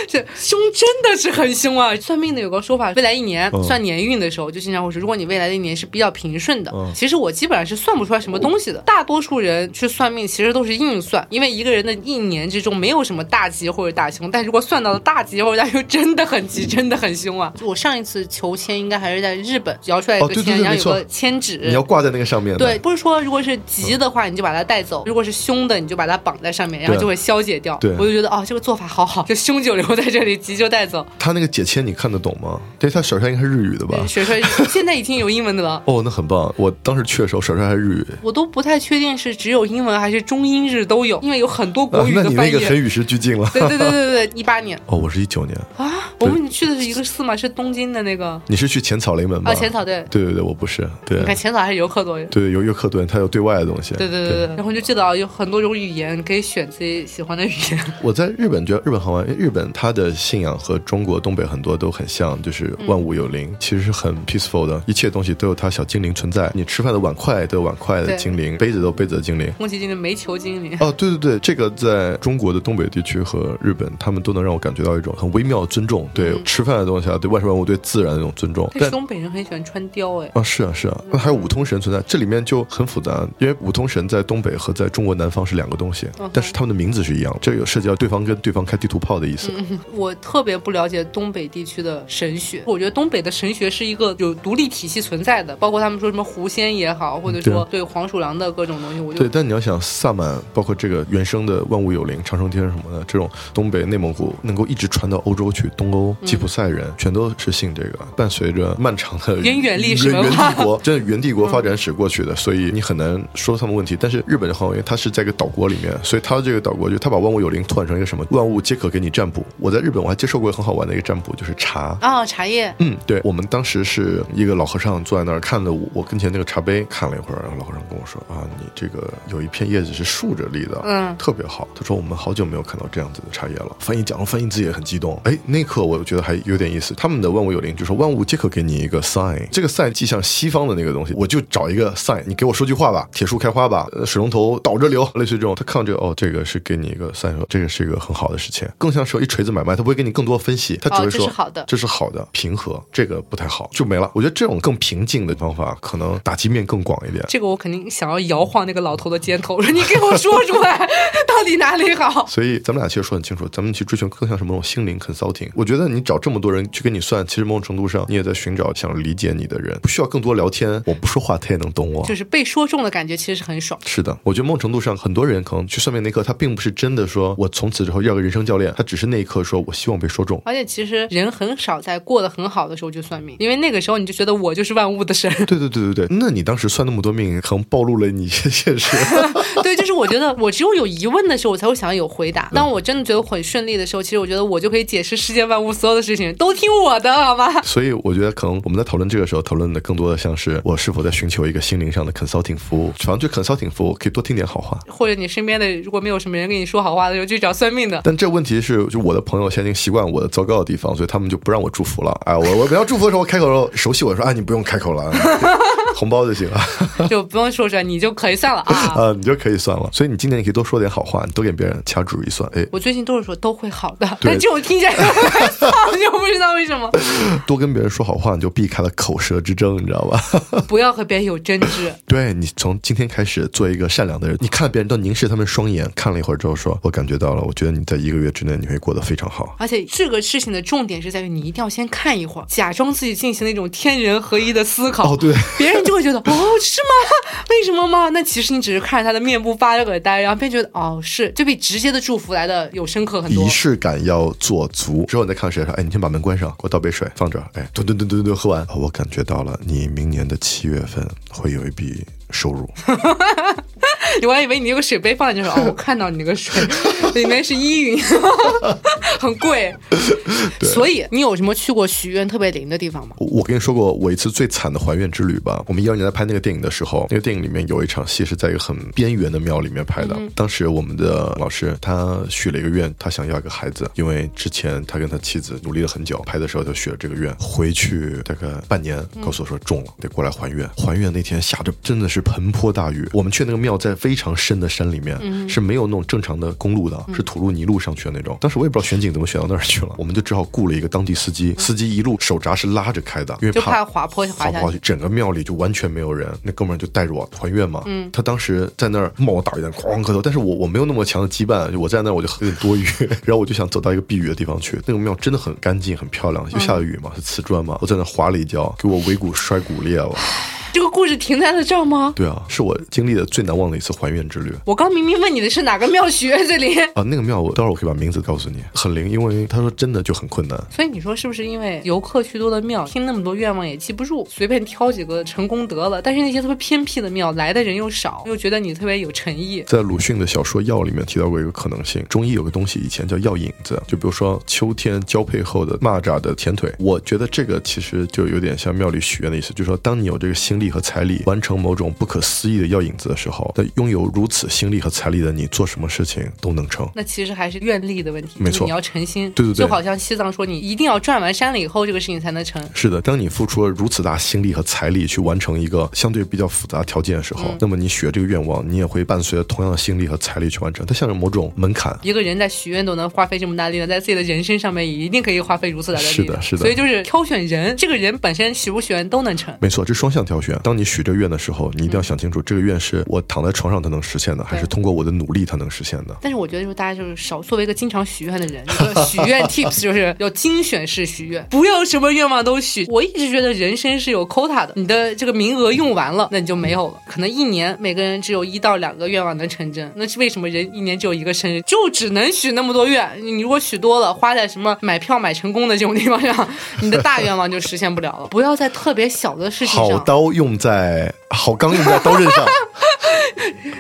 [SPEAKER 1] 这凶真的是很凶啊！算命的有个说法，未来一年
[SPEAKER 2] 嗯
[SPEAKER 1] 算年运的时候，就经常会说，如果你未来的一年是比较平顺的
[SPEAKER 2] 嗯，
[SPEAKER 1] 其实我基本上是算不出来什么东西的。大多数人去算命其实都是硬算，因为一个人的一年之中没有什么大吉或者大凶，但如果算到了大吉或者大凶， 真的很吉，真的很凶啊！我上一次求签应该还是在日本摇出来一
[SPEAKER 2] 哦
[SPEAKER 1] 个
[SPEAKER 2] 对对
[SPEAKER 1] 签，然
[SPEAKER 2] 对
[SPEAKER 1] 后
[SPEAKER 2] 没
[SPEAKER 1] 有
[SPEAKER 2] 错
[SPEAKER 1] 个签纸，
[SPEAKER 2] 你要挂在那个上面的。
[SPEAKER 1] 呃对，，不是说如果是急的话，你就把它带走；如果是凶的，你就把它绑在上面，然后
[SPEAKER 2] 对
[SPEAKER 1] 就会消解掉。
[SPEAKER 2] 对
[SPEAKER 1] 我就觉得哦，这个做法好好，就凶就留在这里，急就带 走。
[SPEAKER 2] 他那个解签你看得懂吗？对，他手上应该是日语的吧？
[SPEAKER 1] 对，学出来现在已经有英文的了。
[SPEAKER 2] 哦，那很棒！我当时去的时候手上还是日语。
[SPEAKER 1] 我都不太确定是只有英文还是中英日都有，因为有很多
[SPEAKER 2] 啊
[SPEAKER 1] 国，语
[SPEAKER 2] 那
[SPEAKER 1] 的
[SPEAKER 2] 你
[SPEAKER 1] 翻
[SPEAKER 2] 那
[SPEAKER 1] 译。
[SPEAKER 2] 个很与时俱进了。
[SPEAKER 1] 对对对对 对，一八年
[SPEAKER 2] 哦，我是一九年，
[SPEAKER 1] 啊，我们去的是一个寺嘛，是东京的那个
[SPEAKER 2] 你是去浅草雷门吧？
[SPEAKER 1] 啊浅草对，
[SPEAKER 2] 对对对，我不是，对
[SPEAKER 1] 你看浅草还是游客多一点。
[SPEAKER 2] 对，有约克顿，他有对外的东西。
[SPEAKER 1] 对对对对，然后就记得啊，有很多种语言，你可以选自己喜欢的语言。
[SPEAKER 2] 我在日本觉得日本好玩，因为日本它的信仰和中国东北很多都很像，就是万物有
[SPEAKER 1] 嗯
[SPEAKER 2] 灵，其实是很 peaceful 的，一切东西都有它小精灵存在。你吃饭的碗筷都有碗筷的
[SPEAKER 1] 对
[SPEAKER 2] 精灵，杯子都有杯子的精灵。
[SPEAKER 1] 宫崎骏的《煤球精灵》，
[SPEAKER 2] 哦，对对对，这个在中国的东北地区和日本，他们都能让我感觉到一种很微妙的尊重，对、吃饭的东西啊，对万事万物、对自然的那种尊重。
[SPEAKER 1] 但
[SPEAKER 2] 但
[SPEAKER 1] 嗯是东北人很喜欢穿貂哎。
[SPEAKER 2] 啊，是啊，是啊，那还有五通神存在，这里面就很复杂，因为五通神在东北和在中国南方是两个东西，
[SPEAKER 1] 嗯
[SPEAKER 2] 但是他们的名字是一样，这有涉及到对方跟对方开地图炮的意思。
[SPEAKER 1] 我特别不了解东北地区的神学，我觉得东北的神学是一个有独立体系存在的，包括他们说什么狐仙也好，或者说对黄鼠狼的各种东西，我就
[SPEAKER 2] 对，但你要想萨满，包括这个原生的万物有灵、长生天什么的，这种东北、内蒙古能够一直传到欧洲去，东欧、
[SPEAKER 1] 嗯
[SPEAKER 2] 吉普赛人全都是信这个，伴随着漫长的
[SPEAKER 1] 源远历史
[SPEAKER 2] 原
[SPEAKER 1] 文
[SPEAKER 2] 原
[SPEAKER 1] 化
[SPEAKER 2] 帝国，真的原帝国
[SPEAKER 1] 嗯
[SPEAKER 2] 发展史过去的，所以你很难说他们问题。但是日本的话，因为它是在一个岛国里面，所以它这个岛国就它把万物有灵拓展成一个什么，万物皆可给你占卜。我在日本我还接受过一个很好玩的一个占卜，就是茶。
[SPEAKER 1] 啊、茶叶，
[SPEAKER 2] 嗯，对，我们当时是一个老和尚坐在那儿看了我我跟前那个茶杯看了一会儿，然后老和尚跟我说啊，你这个有一片叶子是竖着立的，
[SPEAKER 1] 嗯
[SPEAKER 2] 特别好。他说我们好久没有看到这样子的茶叶了。翻译讲了，翻译自己也很激动。哎，那一刻我觉得还有点意思。他们的万物有灵就说万物皆可给你一个 sign，这个 sign 既像西方的那个东西，我就找一个 sign，你给我说句话吧，铁树开花吧，呃水龙头倒着流，类似于这种。他看到这个哦，这个是给你一个 sign，说这个是一个很好的事情，更像是一锤子买卖，他不会给你更多分析，他只
[SPEAKER 1] 哦
[SPEAKER 2] 会
[SPEAKER 1] 这
[SPEAKER 2] 说、
[SPEAKER 1] 是好的
[SPEAKER 2] 这是好的，平和，这个不太好，就没了。我觉得这种更平静的方法，可能打击面更广一点。
[SPEAKER 1] 这个我肯定想要摇晃那个老头的肩头，我说你给我说出来， 到底哪里好？
[SPEAKER 2] 所以咱们俩其实说很清楚，咱们去追求更像什么那种心灵 consulting。我觉得你找这么多人去跟你算，其实某种程度上你也在寻找想理解你的人，不需要更多聊天，我不说话他也能懂我。
[SPEAKER 1] 就是被说中的感觉，其实是很爽。
[SPEAKER 2] 是的，我觉得某种程度上，很多人可能去算命那一刻，他并不是真的说我从此之后要个人生教练，他只是那一刻说我希望被说中。
[SPEAKER 1] 而且其实人很少在过得很好的时候就算命，因为那个时候你就觉得我就是万物的神。
[SPEAKER 2] 对对对对对，那你当时算那么多命，可能暴露了你一些现实。
[SPEAKER 1] 对，就是我觉得我只有有疑问的时候，我才会想要有回答。当我真的觉得很顺利的时候，其实我觉得我就可以解释世界万物所有的事情，都听我的，好吗？
[SPEAKER 2] 所以我觉得可能我们在讨论这个时候，讨论的更多的像是我是否在寻求一个心灵上的 consulting 服务。反正对 consulting 服务可以多听点好话。
[SPEAKER 1] 或者你身边的如果没有什么人跟你说好话的时候，就去找算命的。
[SPEAKER 2] 但这问题是，就我的朋友现在已经习惯我的糟糕的地方，所以他们就不让我祝福了。哎，我我不要祝福的时候，我开口的时候熟悉我说啊，你不用开口了， 红包就行了，
[SPEAKER 1] 就不用说出来，你就可以算了啊。
[SPEAKER 2] 啊，你就可以算了。所以你今年你可以多说点好话，你多给别人掐指一算，哎，
[SPEAKER 1] 我最近都是说都会好的，
[SPEAKER 2] 对
[SPEAKER 1] 但这种听起来就很丧， 就不知道为什么。
[SPEAKER 2] 多跟别人说好话，你就避开了口舌之争，你知道吧？
[SPEAKER 1] 不要和别人有争执，
[SPEAKER 2] 对你从今天开始做一个善良的人，你看别人都凝视他们双眼，看了一会儿之后说，我感觉到了，我觉得你在一个月之内你会过得非常好。
[SPEAKER 1] 而且这个事情的重点是在于你一定要先看一会儿，假装自己进行了一种天人合一的思考。
[SPEAKER 2] 哦，对。
[SPEAKER 1] 别人就会觉得哦是吗？为什么吗？那其实你只是看着他的面部发了个呆，然后便觉得哦是，就比直接的祝福来的有深刻很多
[SPEAKER 2] 仪。式感要做足，之后你再看谁说，哎，你先把门关上，给我倒杯水，放这儿，哎，吨吨吨吨吨喝完、哦我感觉到了，你明年的七月份会有一笔收入，
[SPEAKER 1] 我还以为你那个水杯放在这儿， 哦，我看到你那个水里面是依云， 很贵。所以你有什么去过许愿特别灵的地方吗？
[SPEAKER 2] 我我跟你说过，我一次最惨的还愿之旅吧。我们一二年在拍那个电影的时候，那个电影里面有一场戏是在一个很边缘的庙里面拍的。当时我们的老师他许了一个愿，他想要一个孩子，因为之前他跟他妻子努力了很久，拍的时候就许了这个愿。回去大概半年，告诉我说中了，得过来还愿。还愿那天下着真的是盆泼大雨，我们去那个庙在非常深的山里面，是没有那种正常的公路的，是土路泥路上去的那种。当时我也不知道选景怎么选到那儿去了，我们就只好雇了一个当地司机，司机一路手闸是拉着开的，因为
[SPEAKER 1] 就
[SPEAKER 2] 怕
[SPEAKER 1] 怕滑坡滑
[SPEAKER 2] 跑
[SPEAKER 1] 下
[SPEAKER 2] 跑
[SPEAKER 1] 去。
[SPEAKER 2] 去，整个庙里就完全没有人。那哥们儿就带着我团圆嘛，嗯，他当时在那儿冒我大雨弹，哐哐磕头，但是我我没有那么强的羁绊，我在那儿我就有点多余， 然后我就想走到一个避雨的地方去。那个庙真的很干净，很漂亮，就下了雨嘛，是瓷砖嘛，我在那儿滑了一跤，给我尾骨摔骨裂了。
[SPEAKER 1] 这个故事停在了这儿吗？
[SPEAKER 2] 对啊，是我经历的最难忘的一次还愿之旅。
[SPEAKER 1] 我刚明明问你的是哪个庙学这里，
[SPEAKER 2] 啊，那个庙，我待会儿我可以把名字告诉你，很灵，因为他说真的就很困难。
[SPEAKER 1] 所以你说是不是因为游客去多的庙，听那么多愿望也记不住，随便挑几个成功得了？但是那些特别偏僻的庙，来的人又少，又觉得你特别有诚意。
[SPEAKER 2] 在鲁迅的小说《药》里面提到过一个可能性，中医有个东西以前叫药引子，就比如说秋天交配后的蚂蚱的前腿，我觉得这个其实就有点像庙里许愿的意思，就是说当你有这个心力和财力完成某种不可思议的药引子的时候，那拥有如此心力和财力的你，做什么事情都能成。
[SPEAKER 1] 那其实还是愿力的问题，
[SPEAKER 2] 没
[SPEAKER 1] 就是
[SPEAKER 2] 错
[SPEAKER 1] 你要诚心。
[SPEAKER 2] 对对对
[SPEAKER 1] 就好像西藏说，你一定要转完山了以后，这个事情才能成。
[SPEAKER 2] 是的，当你付出了如此大心力和财力去完成一个相对比较复杂条件的时候，那么你许这个愿望，你也会伴随着同样的心力和财力去完成，它像是某种门槛。
[SPEAKER 1] 一个人在许愿都能花费这么大力量，在自己的人生上面也一定可以花费如此大的力量。
[SPEAKER 2] 是的是的
[SPEAKER 1] 所以就是挑选人，这个人本身许不许愿都能成。
[SPEAKER 2] 没错，这双向挑选。当你许这个愿的时候，你一定
[SPEAKER 1] 嗯
[SPEAKER 2] 要想清楚，这个愿是我躺在床上它能实现的，还是通过我的努力它能实现的？
[SPEAKER 1] 但是我觉得，就是大家就是少作为一个经常许愿的人，一个许愿 tips 就是要精选式许愿，不要什么愿望都许。我一直觉得人生是有 quota 的，你的这个名额用完了，那你就没有了。可能一年每个人只有一到两个愿望能成真，那是为什么人一年只有一个生日，就只能许那么多愿？你如果许多了，花在什么买票买成功的这种地方上，你的大愿望就实现不了了。不要在特别小的事情
[SPEAKER 2] 好
[SPEAKER 1] 上，
[SPEAKER 2] 刀用在好钢用在刀刃 上。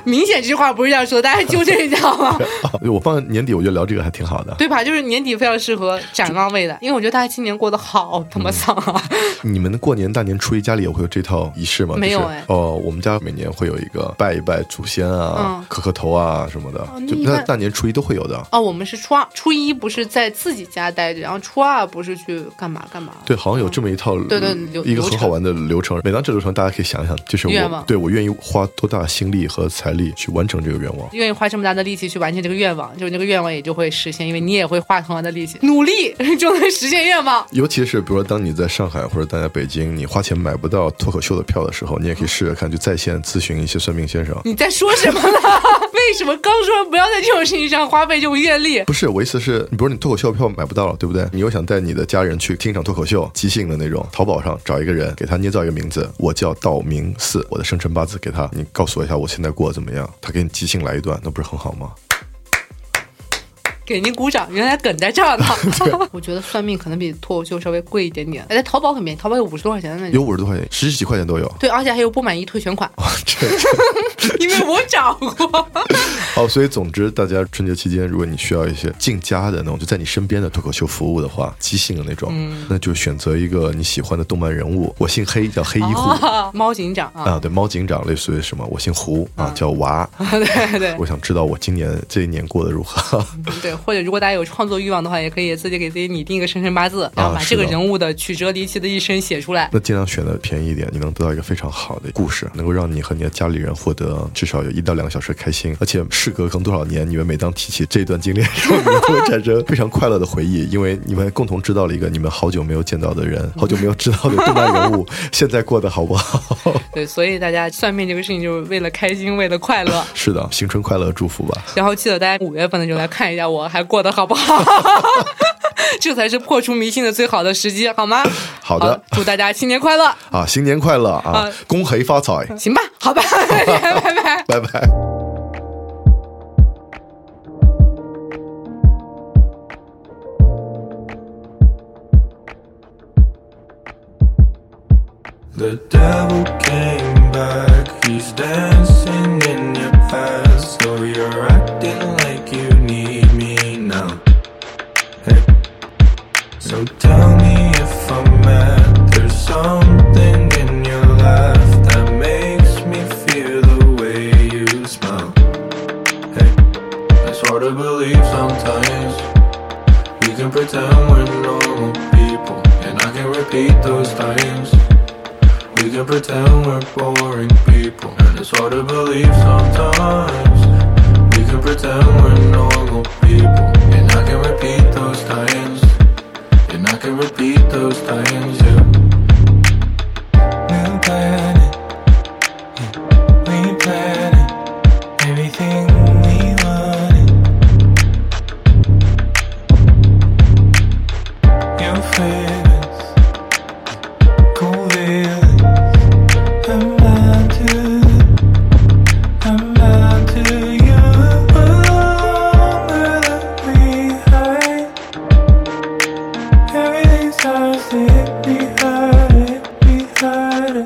[SPEAKER 1] 明显这句话不是这样说的，大家纠正一下好吗？
[SPEAKER 2] 啊我放在年底我觉得聊这个还挺好的。
[SPEAKER 1] 对吧？就是年底非常适合展望未来，因为我觉得大家今年过得好他妈丧啊！
[SPEAKER 2] 你们过年大年初一家里也会有这套仪式吗？
[SPEAKER 1] 没有
[SPEAKER 2] 就是
[SPEAKER 1] 哎
[SPEAKER 2] 哦，我们家每年会有一个拜一拜祖先啊
[SPEAKER 1] 嗯、哦
[SPEAKER 2] 磕磕头啊什么的，
[SPEAKER 1] 那
[SPEAKER 2] 就
[SPEAKER 1] 一
[SPEAKER 2] 那
[SPEAKER 1] 般
[SPEAKER 2] 大年初一都会有的。
[SPEAKER 1] 哦，我们是初二，初一不是在自己家待着，然后初二不是去干嘛干嘛？
[SPEAKER 2] 对，好像有这么一套，嗯
[SPEAKER 1] 对对流
[SPEAKER 2] 一个
[SPEAKER 1] 流
[SPEAKER 2] 很
[SPEAKER 1] 程
[SPEAKER 2] 好玩的流程。每当这流程，大家可以想一想，就是
[SPEAKER 1] 愿
[SPEAKER 2] 我
[SPEAKER 1] 望
[SPEAKER 2] 对我愿意花多大心力和财力去完成这个愿望。
[SPEAKER 1] 愿意花这么大的力气去完成这个愿望，就是这个愿望也就会实现，因为你也会花同样的力气，努力 就能实现愿望。
[SPEAKER 2] 尤其是比如说，当你在上海或者待在北京，你花钱买不到脱口秀的票的时候，你也可以试着看，就在线咨询一些算命先生。
[SPEAKER 1] 你在说什么呢？ 为什么刚说不要在这种事情上花费这种阅历？
[SPEAKER 2] 不是，我意思是，比如你脱口秀票买不到了，对不对？你又想带你的家人去听一场脱口秀，即兴的那种，淘宝上找一个人，给他捏造一个名字，我叫道明寺，我的生辰八字给他，你告诉我一下我现在过得怎么样，他给你即兴来一段，那不是很好吗？
[SPEAKER 1] 给您鼓掌，原来梗在这儿呢。 我觉得算命可能比脱口秀稍微贵一点点，哎，在淘宝很便宜，淘宝有五十多块钱的那种。
[SPEAKER 2] 有五十多块钱，十几块钱都有。
[SPEAKER 1] 对，而且还有不满意退全款，
[SPEAKER 2] 哦这
[SPEAKER 1] 因为我找过。
[SPEAKER 2] 哦，所以总之，大家春节期间，如果你需要一些近家的那种，就在你身边的脱口秀服务的话，即兴的那种，那就选择一个你喜欢的动漫人物。我姓黑，叫黑一虎、
[SPEAKER 1] 啊，猫警长啊，
[SPEAKER 2] 啊，对，猫警长类似于什么？我姓胡啊，叫娃。
[SPEAKER 1] 对对
[SPEAKER 2] 我想知道我今年这一年过得如何。
[SPEAKER 1] 对，或者如果大家有创作欲望的话，也可以自己给自己拟定一个生辰八字，然后把
[SPEAKER 2] 啊是
[SPEAKER 1] 这个
[SPEAKER 2] 的
[SPEAKER 1] 人物的曲折离奇的一生写出来。
[SPEAKER 2] 那尽量选的便宜一点，你能得到一个非常好的故事，能够让你和你的家里人获得至少有一到两个小时的开心。而且事隔可能多少年，你们每当提起这段经历的时候，你们都会产生非常快乐的回忆，因为你们共同知道了一个你们好久没有见到的人，好久没有知道的动漫人物，现在过得好不好？
[SPEAKER 1] 对，所以大家算命这个事情就是为了开心，为了快乐。
[SPEAKER 2] 是的，新春快乐，祝福吧。
[SPEAKER 1] 然后记得大家五月份的时候来看一下我还过得好不好， 这才是破除迷信的最好的时机，好吗？
[SPEAKER 2] 好的
[SPEAKER 1] 祝大家新年快乐，
[SPEAKER 2] 啊，新年快乐啊
[SPEAKER 1] 啊，
[SPEAKER 2] 恭喜发财，
[SPEAKER 1] 行吧？好吧， 拜拜。
[SPEAKER 2] 拜拜。
[SPEAKER 3] The devil came back, he's dancing in your past. So you're acting like you need me now. Hey. So tell me if I'm mad. There's something in your laugh that makes me feel the way you smell. Hey. It's hard to believe sometimes. We can pretend we're normal people, and I can repeat those times. We can pretend we're boring people, and it's hard to believe sometimes. We can pretend we're normal people, and I can repeat those times. And I can repeat those times, yeah. New planet, yeah. we plan it, everything we wanted. New feelings, cool feelings. I'm not too. I'm not to you longer than we hide. Everything's lost it behind it, behind it.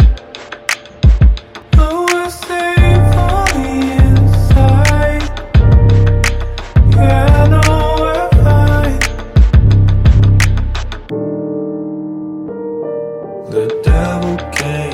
[SPEAKER 3] Oh, I stay on the inside. Yeah, I know we're fine. The devil came.